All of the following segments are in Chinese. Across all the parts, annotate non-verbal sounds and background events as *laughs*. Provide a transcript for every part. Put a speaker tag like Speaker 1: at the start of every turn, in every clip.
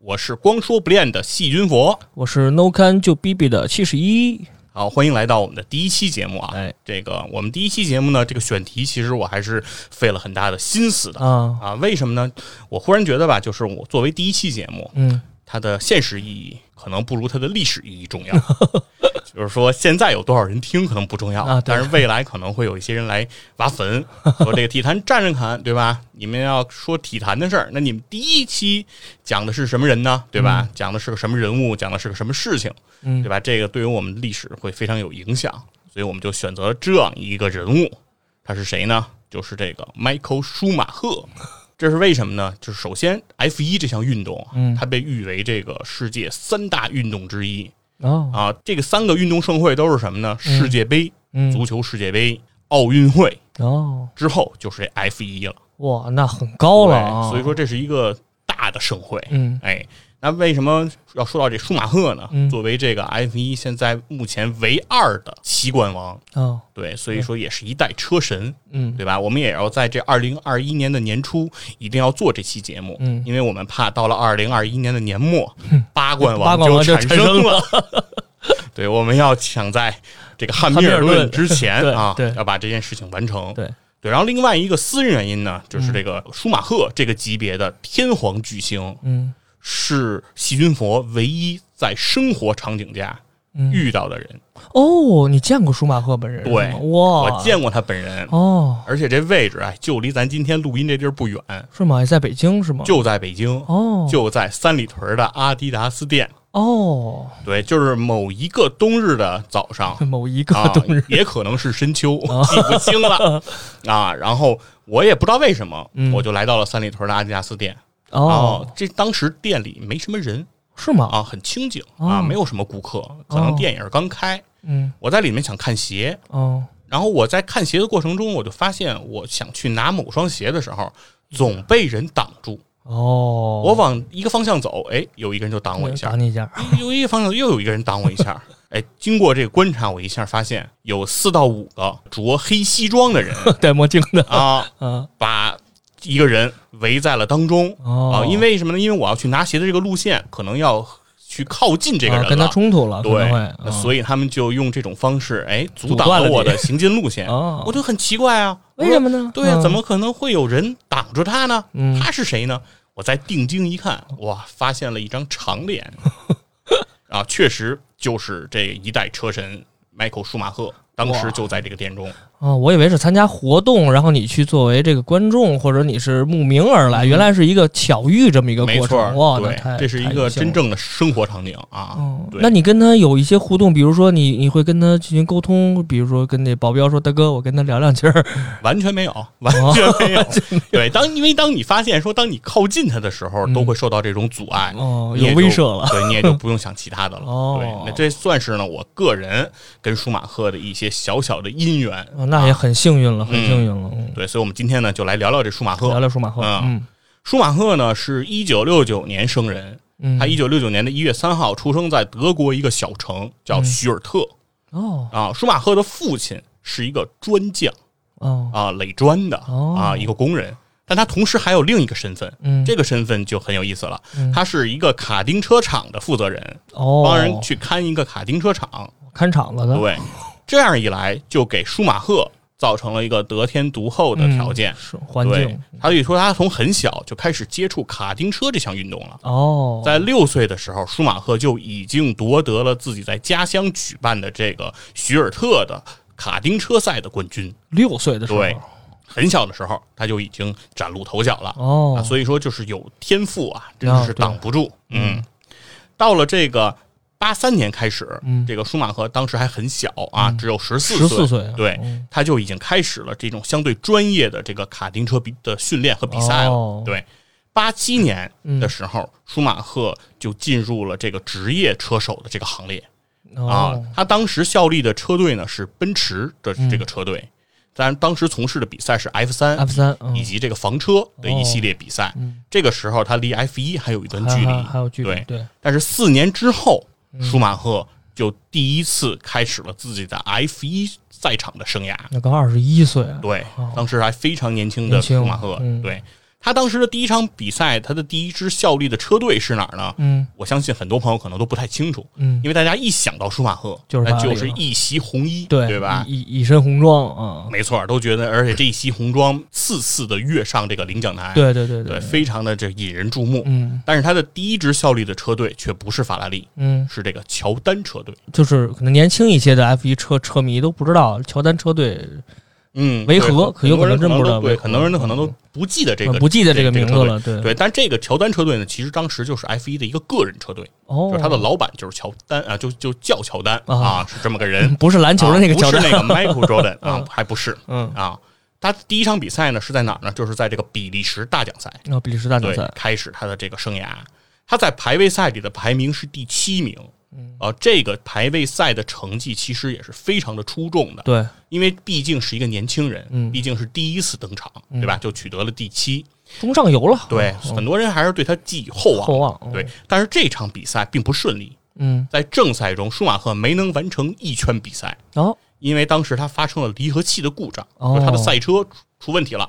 Speaker 1: 我是光说不练的细菌佛。
Speaker 2: 我是 No Can 就 BB 的七十一，
Speaker 1: 好，欢迎来到我们的第一期节目啊！
Speaker 2: 哎，
Speaker 1: 这个我们第一期节目呢，这个选题其实我还是费了很大的心思的
Speaker 2: 啊
Speaker 1: 啊。为什么呢？我忽然觉得吧，就是我作为第一期节目，
Speaker 2: 嗯，
Speaker 1: 它的现实意义可能不如它的历史意义重
Speaker 2: *laughs*
Speaker 1: 要。就是说，现在有多少人听可能不重要，
Speaker 2: 啊对
Speaker 1: 但是未来可能会有一些人来挖坟，说这个体坛站着侃，对吧？
Speaker 2: *laughs*
Speaker 1: 你们要说体坛的事儿，那你们第一期讲的是什么人呢？对吧？讲的是个什么人物？讲的是个什么事情？
Speaker 2: 嗯
Speaker 1: 对吧？这个对于我们历史会非常有影响，所以我们就选择了这样一个人物，他是谁呢？就是这个 Michael 舒马赫。这是为什么呢？就是首先，F 一这项运动啊，
Speaker 2: 嗯
Speaker 1: 它被誉为这个世界三大运动之一
Speaker 2: 哦，
Speaker 1: 啊。这个三个运动盛会都是什么呢？世界杯、
Speaker 2: 嗯，
Speaker 1: 足球世界杯、奥运会
Speaker 2: 哦，
Speaker 1: 之后就是这 F 一了。
Speaker 2: 哇，那很高了啊，
Speaker 1: 对所以，说这是一个大的盛会。
Speaker 2: 嗯
Speaker 1: 哎，那为什么要说到这舒马赫呢？
Speaker 2: 嗯
Speaker 1: 作为这个 F 一现在目前唯二的七冠王，
Speaker 2: 哦，
Speaker 1: 对，所以说也是一代车神，
Speaker 2: 嗯
Speaker 1: 对吧？我们也要在这二零二一年的年初一定要做这期节目，
Speaker 2: 嗯
Speaker 1: 因为我们怕到了二零二一年的年末，八冠
Speaker 2: 八
Speaker 1: 王
Speaker 2: 冠王就
Speaker 1: 产
Speaker 2: 产
Speaker 1: 生
Speaker 2: 生
Speaker 1: 了。对，我们要想在这个汉密尔顿之前
Speaker 2: 汉密尔顿
Speaker 1: 啊
Speaker 2: *laughs* 对，对
Speaker 1: 要把这件事情完成。
Speaker 2: 对
Speaker 1: *laughs*
Speaker 2: 嗯
Speaker 1: 对，然后另外一个私人原因呢，就是这个舒马赫这个级别的天皇巨星，
Speaker 2: 嗯
Speaker 1: 是细菌佛唯一在生活场景下
Speaker 2: 嗯，
Speaker 1: 遇到的人。
Speaker 2: 哦，你见过舒马赫本人是吗？
Speaker 1: 对
Speaker 2: 哇，
Speaker 1: 我见过他本人，
Speaker 2: 哦，
Speaker 1: 而且这位置哎，就离咱今天录音这地儿不远，
Speaker 2: 是吗？也在北京是吗？
Speaker 1: 就在北京，
Speaker 2: 哦
Speaker 1: 就在三里屯的阿迪达斯店。
Speaker 2: 哦，
Speaker 1: 对，就是某一个冬日的早
Speaker 2: *laughs*
Speaker 1: 上
Speaker 2: 某一个
Speaker 1: 啊
Speaker 2: 冬日，，哦
Speaker 1: 也可能是深秋，我记不清
Speaker 2: *laughs*
Speaker 1: 了啊。然后我也不知道为什么，
Speaker 2: 嗯
Speaker 1: 我就来到了三里屯的阿迪达斯店。然后
Speaker 2: 哦，
Speaker 1: 这当时店里没什么人
Speaker 2: 是吗？
Speaker 1: 啊啊，很清静啊，
Speaker 2: 哦
Speaker 1: 没有什么顾客，可能
Speaker 2: 哦
Speaker 1: 店也是刚开。
Speaker 2: 嗯，
Speaker 1: 我在里面想看鞋，
Speaker 2: 哦，
Speaker 1: 然后我在看鞋的过程中，我就发现我想去拿某双鞋的时候，总被人挡住。
Speaker 2: 哦，嗯
Speaker 1: 我往一个方向走，哎，有一个人就挡我一下
Speaker 2: 打；你一下， *laughs*
Speaker 1: 有一个方向又有一个人挡我一下。哎，经过这个观察，我一下发现有四到五个着黑西装的人
Speaker 2: 戴墨镜的
Speaker 1: 啊，
Speaker 2: 啊，
Speaker 1: 把一个人围在了当中
Speaker 2: 哦
Speaker 1: 啊。，因为什么呢？因为我要去拿鞋的这个路线，可能要去靠近这个
Speaker 2: 啊
Speaker 1: 人
Speaker 2: 跟他
Speaker 1: 了。
Speaker 2: 冲突了，可
Speaker 1: 对
Speaker 2: 能会，，
Speaker 1: 那
Speaker 2: 啊
Speaker 1: 所以他们就用这种方式，哎，阻挡
Speaker 2: 断了
Speaker 1: 了我
Speaker 2: 你
Speaker 1: 的行进路线。
Speaker 2: 哦
Speaker 1: 我就很奇怪啊，
Speaker 2: 为什么呢
Speaker 1: 对呀、
Speaker 2: 嗯
Speaker 1: 怎么可能会有人挡住他呢？
Speaker 2: 嗯
Speaker 1: 他是谁呢？我再定睛一看，哇，发现了一张长
Speaker 2: *laughs*
Speaker 1: 脸，啊，确实就是这一代车神 Michael 舒马赫，当时就在这个店中。
Speaker 2: 啊，我以为是参加活动，然后你去作为这个观众，或者你是慕名而来，原来是一个巧遇这么一个
Speaker 1: 嗯没
Speaker 2: 过
Speaker 1: 错
Speaker 2: 程。哇，
Speaker 1: 儿，
Speaker 2: 那
Speaker 1: 对
Speaker 2: 太，
Speaker 1: 这是一
Speaker 2: 太
Speaker 1: 个
Speaker 2: 有幸
Speaker 1: 真
Speaker 2: 了。
Speaker 1: 正的生活场景啊
Speaker 2: 哦。，
Speaker 1: 对
Speaker 2: 那，你跟他有一些互动，比如说你你会跟他进行沟通，比如说跟那保镖说：“大哥，我跟他聊两句
Speaker 1: *laughs*
Speaker 2: 儿。
Speaker 1: 完全没
Speaker 2: *laughs*
Speaker 1: 有，完全
Speaker 2: 哦
Speaker 1: 没有。对，当因为当你发现说，当你靠近他的时候，
Speaker 2: 嗯
Speaker 1: 都会受到这种阻碍”。
Speaker 2: 哦，
Speaker 1: 你
Speaker 2: 有
Speaker 1: 也
Speaker 2: 威
Speaker 1: 就啊
Speaker 2: 慑了。
Speaker 1: 对，你也就不用想其他的
Speaker 2: *laughs*
Speaker 1: 了。
Speaker 2: 哦
Speaker 1: 对，那这算是呢，我个人跟舒马赫的一些小小的姻缘。
Speaker 2: 哦，那也很幸运了，很
Speaker 1: 嗯
Speaker 2: 幸运了。嗯
Speaker 1: 对，所以我们今天呢，就来聊聊这舒马
Speaker 2: 聊
Speaker 1: 赫。
Speaker 2: 聊舒马赫，
Speaker 1: 嗯
Speaker 2: 嗯
Speaker 1: 舒马赫呢，是一九六九年生人，
Speaker 2: 嗯，
Speaker 1: 他一九六九年的一月三号出生在德国一个小城
Speaker 2: 嗯
Speaker 1: 叫许尔特
Speaker 2: 哦
Speaker 1: 啊。舒马赫的父亲是一个砖匠
Speaker 2: 哦
Speaker 1: 啊，垒砖的
Speaker 2: 哦
Speaker 1: 啊，一个工人，但他同时还有另一个身份。
Speaker 2: 嗯，
Speaker 1: 这个身份就很有意思了
Speaker 2: 嗯，
Speaker 1: 他是一个卡丁车厂的负责人，
Speaker 2: 哦
Speaker 1: 帮人去看一个卡丁车厂，
Speaker 2: 看场子的，
Speaker 1: 对，这样一来就给舒马赫造成了一个得天独厚的条件。
Speaker 2: 是嗯环
Speaker 1: 对
Speaker 2: 境，
Speaker 1: 他所以说他从很小就开始接触卡丁车这项运动了。
Speaker 2: 哦，
Speaker 1: 在六岁的时候，舒马赫就已经夺得了自己在家乡举办的这个许尔特的卡丁车赛的冠军。
Speaker 2: 六岁的时候，
Speaker 1: 对，很小的时候他就已经崭露头角了。啊，
Speaker 2: 哦，
Speaker 1: 所以说就是有天赋啊，真
Speaker 2: 啊
Speaker 1: 是
Speaker 2: 对
Speaker 1: 挡不住。嗯，到了这个八三年开始，
Speaker 2: 嗯
Speaker 1: 这个舒马赫当时还很小啊，只有十四
Speaker 2: 14岁啊
Speaker 1: 对，他就已经开始了这种相对专业的这个卡丁车比的训练和比赛了。
Speaker 2: 哦
Speaker 1: 对，八七年
Speaker 2: 嗯
Speaker 1: 的时候，舒马赫就进入了这个职业车手的这个行列啊
Speaker 2: 哦，。嗯
Speaker 1: 他当时效力的车队呢是奔驰的这个车队，当然当时从事的比赛是 F 三
Speaker 2: F 三，嗯哦
Speaker 1: 以及这个房车的一系列比赛。
Speaker 2: 嗯
Speaker 1: 这个时候他离 F 一还有一段距
Speaker 2: 还还
Speaker 1: 离，
Speaker 2: 还有距离，
Speaker 1: 对
Speaker 2: 对，
Speaker 1: 但是四年之后，舒马赫就第一次开始了自己的 F 一赛场的生涯。
Speaker 2: 那刚二十一岁，
Speaker 1: 对
Speaker 2: 哦，
Speaker 1: 当时还非常年轻的
Speaker 2: 年轻
Speaker 1: 舒马赫，
Speaker 2: 嗯
Speaker 1: 对他当时的第一场比赛，他的第一支效力的车队是哪儿呢？
Speaker 2: 嗯
Speaker 1: 我相信很多朋友可能都不太清楚，
Speaker 2: 嗯，
Speaker 1: 因为大家一想到舒马赫，
Speaker 2: 就是
Speaker 1: 那
Speaker 2: 巴黎
Speaker 1: 就是
Speaker 2: 了
Speaker 1: 一袭红衣，
Speaker 2: 对
Speaker 1: 对吧？嗯
Speaker 2: 以以以身红妆啊，
Speaker 1: 没错，都觉得，而且这一袭红装次次的跃上这个领奖台，
Speaker 2: 对对对
Speaker 1: 对，，非常的这引人注目。
Speaker 2: 嗯
Speaker 1: 但是他的第一支效力的车队却不是法拉利，
Speaker 2: 嗯，
Speaker 1: 是这个乔丹车队。
Speaker 2: 就是可能年轻一些的 F 一车车迷都不知道乔丹车队，
Speaker 1: 嗯，
Speaker 2: 维
Speaker 1: 对
Speaker 2: 和可
Speaker 1: 很
Speaker 2: 有
Speaker 1: 多
Speaker 2: 可
Speaker 1: 人
Speaker 2: 能真
Speaker 1: 可能
Speaker 2: 不知
Speaker 1: 都
Speaker 2: 道
Speaker 1: 对，
Speaker 2: 维和嗯
Speaker 1: 很多人可能都不记得这个
Speaker 2: 不记得
Speaker 1: 这
Speaker 2: 这个名
Speaker 1: 车
Speaker 2: 字
Speaker 1: 队
Speaker 2: 了，对
Speaker 1: 对，但这个乔丹车队呢，其实当时就是 F 一的一个个人车队，
Speaker 2: 哦，
Speaker 1: 就是他的老板就是乔丹啊，就就叫乔丹
Speaker 2: 啊
Speaker 1: 啊，是这么个人。
Speaker 2: 不是篮球的那个乔
Speaker 1: 啊
Speaker 2: 丹
Speaker 1: 不，是那
Speaker 2: *laughs*
Speaker 1: 个 Michael Jordan 啊，还不是
Speaker 2: 嗯，
Speaker 1: 啊。他第一场比赛呢是在哪儿呢？就是在这个比利时大奖赛，
Speaker 2: 然后哦比利时大奖
Speaker 1: 对
Speaker 2: 赛，，
Speaker 1: 开始他的这个生涯。他在排位赛里的排名是第七名，
Speaker 2: 嗯
Speaker 1: 呃，这个排位赛的成绩其实也是非常的出众的，
Speaker 2: 对，
Speaker 1: 因为毕竟是一个年轻人，
Speaker 2: 嗯
Speaker 1: 毕竟是第一次登场，对吧？就取得了第七，
Speaker 2: 中上游了，
Speaker 1: 对，
Speaker 2: 嗯
Speaker 1: 很多人还是对他寄予厚望
Speaker 2: 厚。望，嗯
Speaker 1: 对，，但是这场比赛并不顺利，
Speaker 2: 嗯，
Speaker 1: 在正赛中，舒马赫没能完成一圈比赛，
Speaker 2: 然后
Speaker 1: 因为当时他发生了离合器的故障，
Speaker 2: 哦
Speaker 1: 就是他的赛车出出问题了，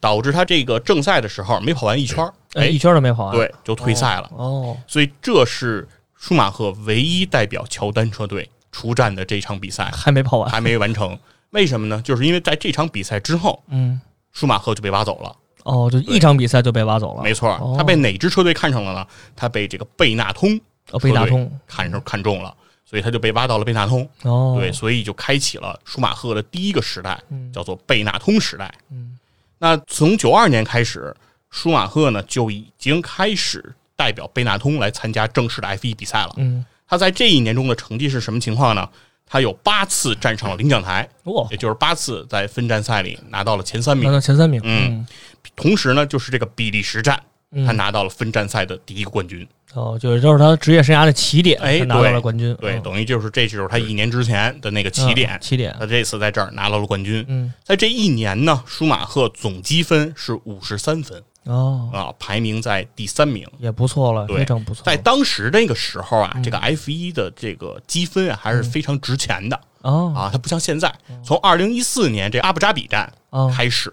Speaker 1: 导致他这个正赛的时候没跑完一圈儿，
Speaker 2: 哎一
Speaker 1: 哎，
Speaker 2: 圈都没跑完，
Speaker 1: 对，就退赛了。
Speaker 2: 哦，
Speaker 1: 所以这是舒马赫唯一代表乔丹车队出战的这场比
Speaker 2: *laughs*
Speaker 1: 赛
Speaker 2: 还没跑完，
Speaker 1: 还没完成，为什么呢？就是因为在这场比赛之后，
Speaker 2: 嗯，
Speaker 1: 舒马赫就被挖走了。
Speaker 2: 哦，就一场比赛就被挖走了，
Speaker 1: 没错
Speaker 2: 哦，
Speaker 1: 他被哪支车队看上了呢？他被这个贝纳通
Speaker 2: 哦，被打通，
Speaker 1: 看上看中了，所以他就被挖到了贝纳通。
Speaker 2: 哦，
Speaker 1: 对，，所以就开启了舒马赫的第一个时代，
Speaker 2: 嗯
Speaker 1: 叫做贝纳通时代。
Speaker 2: 嗯，
Speaker 1: 那从九二年开始，舒马赫呢就已经开始代表贝纳通来参加正式的 F 一比赛了。
Speaker 2: 嗯，
Speaker 1: 他在这一年中的成绩是什么情况呢？他有八次站上了领奖台，
Speaker 2: 哇，
Speaker 1: 也就是八次在分站赛里拿到了前三
Speaker 2: 拿
Speaker 1: 名。
Speaker 2: 到前三名，
Speaker 1: 嗯
Speaker 2: 嗯，
Speaker 1: 同时呢，就是这个比利时站，
Speaker 2: 嗯
Speaker 1: 他拿到了分站赛的第一个冠军。
Speaker 2: 哦，就是就是他职业生涯的起点，
Speaker 1: 哎
Speaker 2: 他拿到
Speaker 1: 对
Speaker 2: 了冠军，
Speaker 1: 对，
Speaker 2: 嗯
Speaker 1: 等于就是这就是他一年之前的那个起点
Speaker 2: 嗯。起点，
Speaker 1: 他这次在这儿拿到了冠军。
Speaker 2: 嗯，
Speaker 1: 在这一年呢，舒马赫总积分是五十三分
Speaker 2: 哦，
Speaker 1: 啊，排名在第三名。
Speaker 2: 也不错了，
Speaker 1: 对
Speaker 2: 非常不错，嗯
Speaker 1: 在当时那个时候啊，这个 F 一的这个积分啊还是非常值钱的
Speaker 2: 哦
Speaker 1: 啊，它不像现在。从二零一四年这阿布扎比站
Speaker 2: 哦，
Speaker 1: 开始，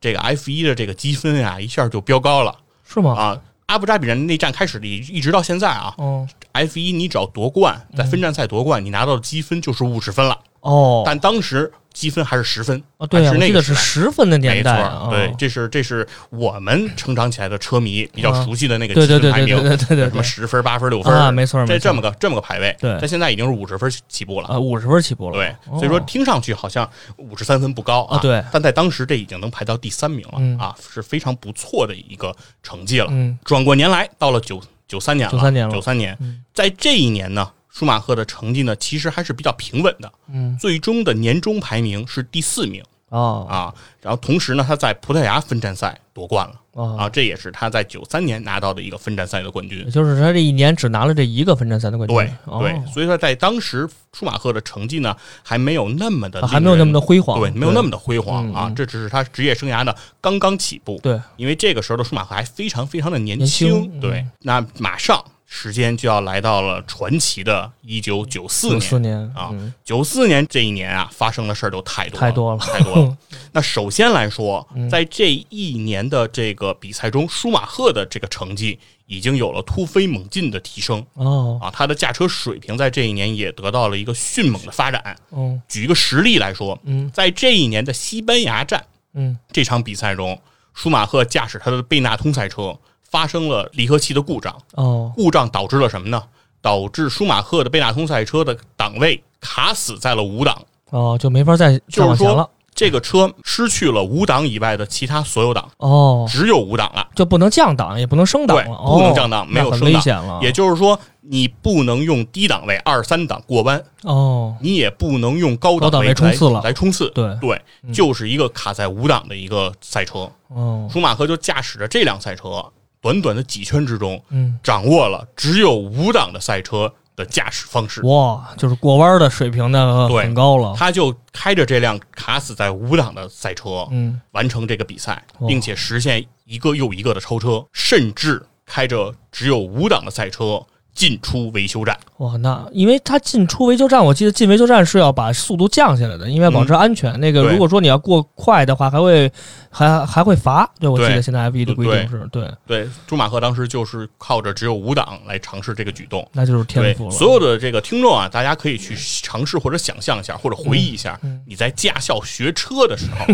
Speaker 1: 这个 F 一的这个积分啊一下就飙高了
Speaker 2: 是吗？
Speaker 1: 啊。阿布扎比站那站开始的一一直到现在啊
Speaker 2: 哦
Speaker 1: ，F 一你只要夺冠，在分站赛夺冠，你拿到的积分就是五十分了。
Speaker 2: 嗯哦
Speaker 1: 但当时积分还是十分
Speaker 2: 哦，对呀，
Speaker 1: 还是
Speaker 2: 我
Speaker 1: 那
Speaker 2: 记
Speaker 1: 个
Speaker 2: 得
Speaker 1: 时
Speaker 2: 是
Speaker 1: 代
Speaker 2: 十分的年
Speaker 1: 没错
Speaker 2: 代啊，
Speaker 1: 儿，对
Speaker 2: 哦，
Speaker 1: 这是这是我们成长起来的车迷比较
Speaker 2: 啊
Speaker 1: 熟悉的那个
Speaker 2: 对
Speaker 1: 积分
Speaker 2: 对对
Speaker 1: 排
Speaker 2: 对
Speaker 1: 名
Speaker 2: 对，对对对，
Speaker 1: 什么十分、八分、六分
Speaker 2: 啊没错
Speaker 1: 这
Speaker 2: 没错
Speaker 1: 这么个这么个排位，
Speaker 2: 对
Speaker 1: 但现在已经是五十分起步了。
Speaker 2: 啊，五十分起步了，
Speaker 1: 对，
Speaker 2: 哦
Speaker 1: 所以说听上去好像五十三分不高啊，
Speaker 2: 啊对
Speaker 1: 但在当时这已经能排到第三名了、
Speaker 2: 嗯
Speaker 1: 啊，是非常不错的一个成绩了。
Speaker 2: 嗯
Speaker 1: 转过年来，到了九九三年了，
Speaker 2: 93年了
Speaker 1: 九三年
Speaker 2: 嗯，
Speaker 1: 在这一年呢，舒马赫的成绩呢其实还是比较平稳的，
Speaker 2: 嗯
Speaker 1: 最终的年终排名是第四名，
Speaker 2: 哦
Speaker 1: 啊，然后同时呢，他在葡萄牙分站赛夺冠了
Speaker 2: 哦，
Speaker 1: 啊，这也是他在九三年拿到的一个分站赛的冠军
Speaker 2: 也。就是他这一年只拿了这一个分站赛的冠军，
Speaker 1: 对
Speaker 2: 哦
Speaker 1: 对，所以说在当时舒马赫的成绩呢，还没有那么的
Speaker 2: 啊还没有那么的辉
Speaker 1: 令
Speaker 2: 煌，
Speaker 1: 人对，没有那么的辉煌
Speaker 2: 嗯
Speaker 1: 啊
Speaker 2: 嗯，
Speaker 1: 这只是他职业生涯的刚刚起步。
Speaker 2: 对，
Speaker 1: 因为这个时候的舒马赫还非常非常的年
Speaker 2: 年轻嗯
Speaker 1: 对，那马上时间就要来到了传奇的一九九四
Speaker 2: 九
Speaker 1: 年。
Speaker 2: 四年
Speaker 1: 啊
Speaker 2: 嗯
Speaker 1: 九四年这一年啊，发生的事儿就太多了
Speaker 2: 太多了嗯
Speaker 1: 太多
Speaker 2: *laughs*
Speaker 1: 了。那首先来说，在这一年的这个比赛中，舒马赫的这个成绩已经有了突飞猛进的提升
Speaker 2: 哦
Speaker 1: 啊，他的驾车水平在这一年也得到了一个迅猛的发展。
Speaker 2: 嗯
Speaker 1: 举一个实例来说，
Speaker 2: 嗯
Speaker 1: 在这一年的西班牙站
Speaker 2: 嗯
Speaker 1: 这场比赛中，舒马赫驾驶他的贝纳通赛车发生了离合器的故障，
Speaker 2: 哦
Speaker 1: 故障导致了什么呢？导致舒马赫的贝纳通赛车的档位卡死在了五档，
Speaker 2: 哦就没法再再
Speaker 1: 就是
Speaker 2: 往前
Speaker 1: 说
Speaker 2: 了
Speaker 1: 这个车失去了五档以外的其他所有档，
Speaker 2: 哦，
Speaker 1: 只有五档了。
Speaker 2: 就不能降档，也不能升档
Speaker 1: 对，
Speaker 2: 了，
Speaker 1: 不能降档，
Speaker 2: 哦
Speaker 1: 没有
Speaker 2: 那很
Speaker 1: 升
Speaker 2: 危
Speaker 1: 档
Speaker 2: 险了，
Speaker 1: 也就是说，你不能用低档位二三档过弯，
Speaker 2: 哦
Speaker 1: 你也不能用高
Speaker 2: 高档
Speaker 1: 位
Speaker 2: 位冲
Speaker 1: 来
Speaker 2: 刺了
Speaker 1: 来冲刺。
Speaker 2: 对嗯
Speaker 1: 对，就是一个卡在五档的一个赛车。
Speaker 2: 哦
Speaker 1: 舒马赫就驾驶着这辆赛车短短的几圈之中，
Speaker 2: 嗯，
Speaker 1: 掌握了只有五档的赛车的驾驶方式。
Speaker 2: 哇，就是过弯的水平呢
Speaker 1: 对
Speaker 2: 很高了，
Speaker 1: 他就开着这辆卡死在五档的赛车，
Speaker 2: 嗯，
Speaker 1: 完成这个比赛，
Speaker 2: 哇
Speaker 1: 并且实现一个又一个的超车，甚至开着只有五档的赛车进出维修站。
Speaker 2: 哇，那因为他进出维修站，我记得进维修站是要把速度降下来的，因为保证安全。那
Speaker 1: 嗯
Speaker 2: 个
Speaker 1: 对
Speaker 2: 如果说你要过快的话，还会还还会罚。对，我记
Speaker 1: 对
Speaker 2: 得现在 F 一的规
Speaker 1: 对
Speaker 2: 定是对，
Speaker 1: 对，朱马赫当时就是靠着只有五档来尝试这个举动。
Speaker 2: 那就是
Speaker 1: 对
Speaker 2: 天赋，了。
Speaker 1: 所有的这个听众啊，大家可以去尝试或者想象一下，或者回忆一下，
Speaker 2: 嗯
Speaker 1: 你在驾校学车的时候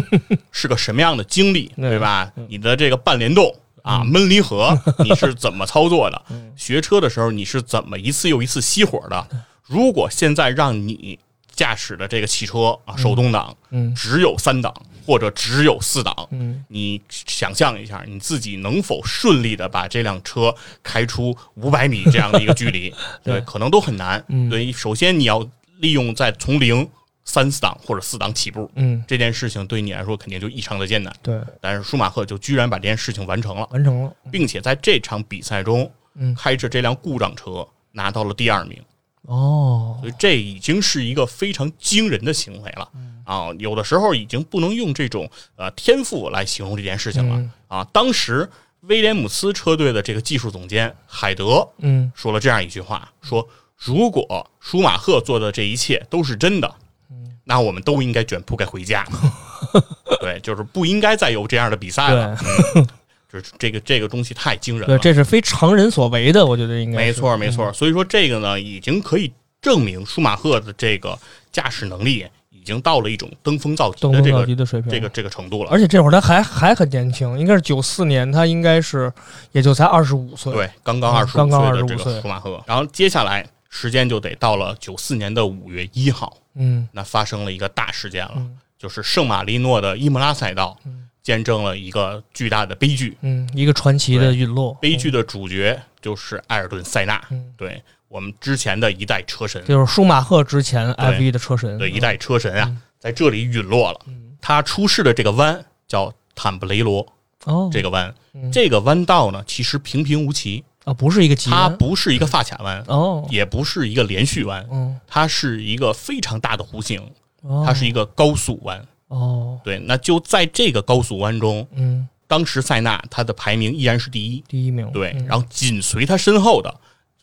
Speaker 1: 是个什么样的经历，
Speaker 2: 对嗯
Speaker 1: 对吧？你的这个半联动啊、闷离
Speaker 2: *laughs*
Speaker 1: 合，你是怎么操作的？
Speaker 2: 嗯
Speaker 1: 学车的时候你是怎么一次又一次熄火的？如果现在让你驾驶的这个汽车啊，手动挡
Speaker 2: 嗯
Speaker 1: 只有三档或者只有四档，
Speaker 2: 嗯，
Speaker 1: 你想象一下，你自己能否顺利的把这辆车开出五百米这样的一个距
Speaker 2: *laughs*
Speaker 1: 离？
Speaker 2: 对
Speaker 1: 可能都很难。
Speaker 2: 嗯
Speaker 1: 对，首先你要利用在从零三档或者四档起步
Speaker 2: 嗯，
Speaker 1: 这件事情，对你来说肯定就异常的艰难。
Speaker 2: 对，
Speaker 1: 但是舒马赫就居然把这件事情完成了，
Speaker 2: 完成了。
Speaker 1: 并且在这场比赛中
Speaker 2: 嗯，
Speaker 1: 开着这辆故障车拿到了第二名。
Speaker 2: 哦，
Speaker 1: 所以这已经是一个非常惊人的行为了
Speaker 2: 嗯
Speaker 1: 啊！有的时候已经不能用这种呃天赋来形容这件事情了、
Speaker 2: 嗯
Speaker 1: 啊！当时威廉姆斯车队的这个技术总监海德
Speaker 2: 嗯
Speaker 1: 说了这样一句话：说如果舒马赫做的这一切都是真的，那我们都应该卷铺盖回
Speaker 2: *laughs*
Speaker 1: 家。对，就是不应该再有这样的比赛了。就是这个这个东西太惊人了
Speaker 2: 对，。这是非常人所为的，我觉得应该
Speaker 1: 没
Speaker 2: 是嗯
Speaker 1: 错，没错。所以说这个呢，已经可以证明舒马赫的这个驾驶能力已经到了一种登峰造极
Speaker 2: 登
Speaker 1: 的
Speaker 2: 峰
Speaker 1: 这
Speaker 2: 造
Speaker 1: 个
Speaker 2: 极的水平。
Speaker 1: 这个这个程度了。
Speaker 2: 而且这会儿他还还很年轻，应该是九四年，他应该是也就才二十五岁。，
Speaker 1: 对，刚刚二十
Speaker 2: 刚
Speaker 1: 五
Speaker 2: 刚
Speaker 1: 岁的这
Speaker 2: 25岁
Speaker 1: 个舒马赫，然后接下来时间就得到了九四年的五月一号，
Speaker 2: 嗯
Speaker 1: 那发生了一个大事件了，
Speaker 2: 嗯
Speaker 1: 就是圣马力诺的伊莫拉赛道
Speaker 2: 嗯
Speaker 1: 见证了一个巨大的悲剧，
Speaker 2: 嗯，一个传奇的
Speaker 1: 对
Speaker 2: 陨落，
Speaker 1: 悲剧的主角就是埃尔顿·塞纳，
Speaker 2: 哦嗯
Speaker 1: 对我们之前的一代车神，
Speaker 2: 就是舒马赫之前
Speaker 1: 对
Speaker 2: F 一的车神。
Speaker 1: 的一代车神啊，
Speaker 2: 嗯
Speaker 1: 在这里陨落了。他出事的这个弯叫坦布雷罗
Speaker 2: 哦，
Speaker 1: 这个弯
Speaker 2: 嗯，
Speaker 1: 这个弯道呢其实平平无奇，
Speaker 2: 啊，不是一个极
Speaker 1: 它
Speaker 2: 端。
Speaker 1: 不是一个发卡弯，
Speaker 2: 哦，
Speaker 1: 也不是一个连续弯，
Speaker 2: 嗯，
Speaker 1: 它是一个非常大的弧形，
Speaker 2: 哦
Speaker 1: 它是一个高速弯。
Speaker 2: 哦，
Speaker 1: 对，那就在这个高速弯中，
Speaker 2: 嗯，
Speaker 1: 当时塞纳他的排名依然是第一，
Speaker 2: 第一名，
Speaker 1: 对
Speaker 2: 嗯，
Speaker 1: 然后紧随他身后的，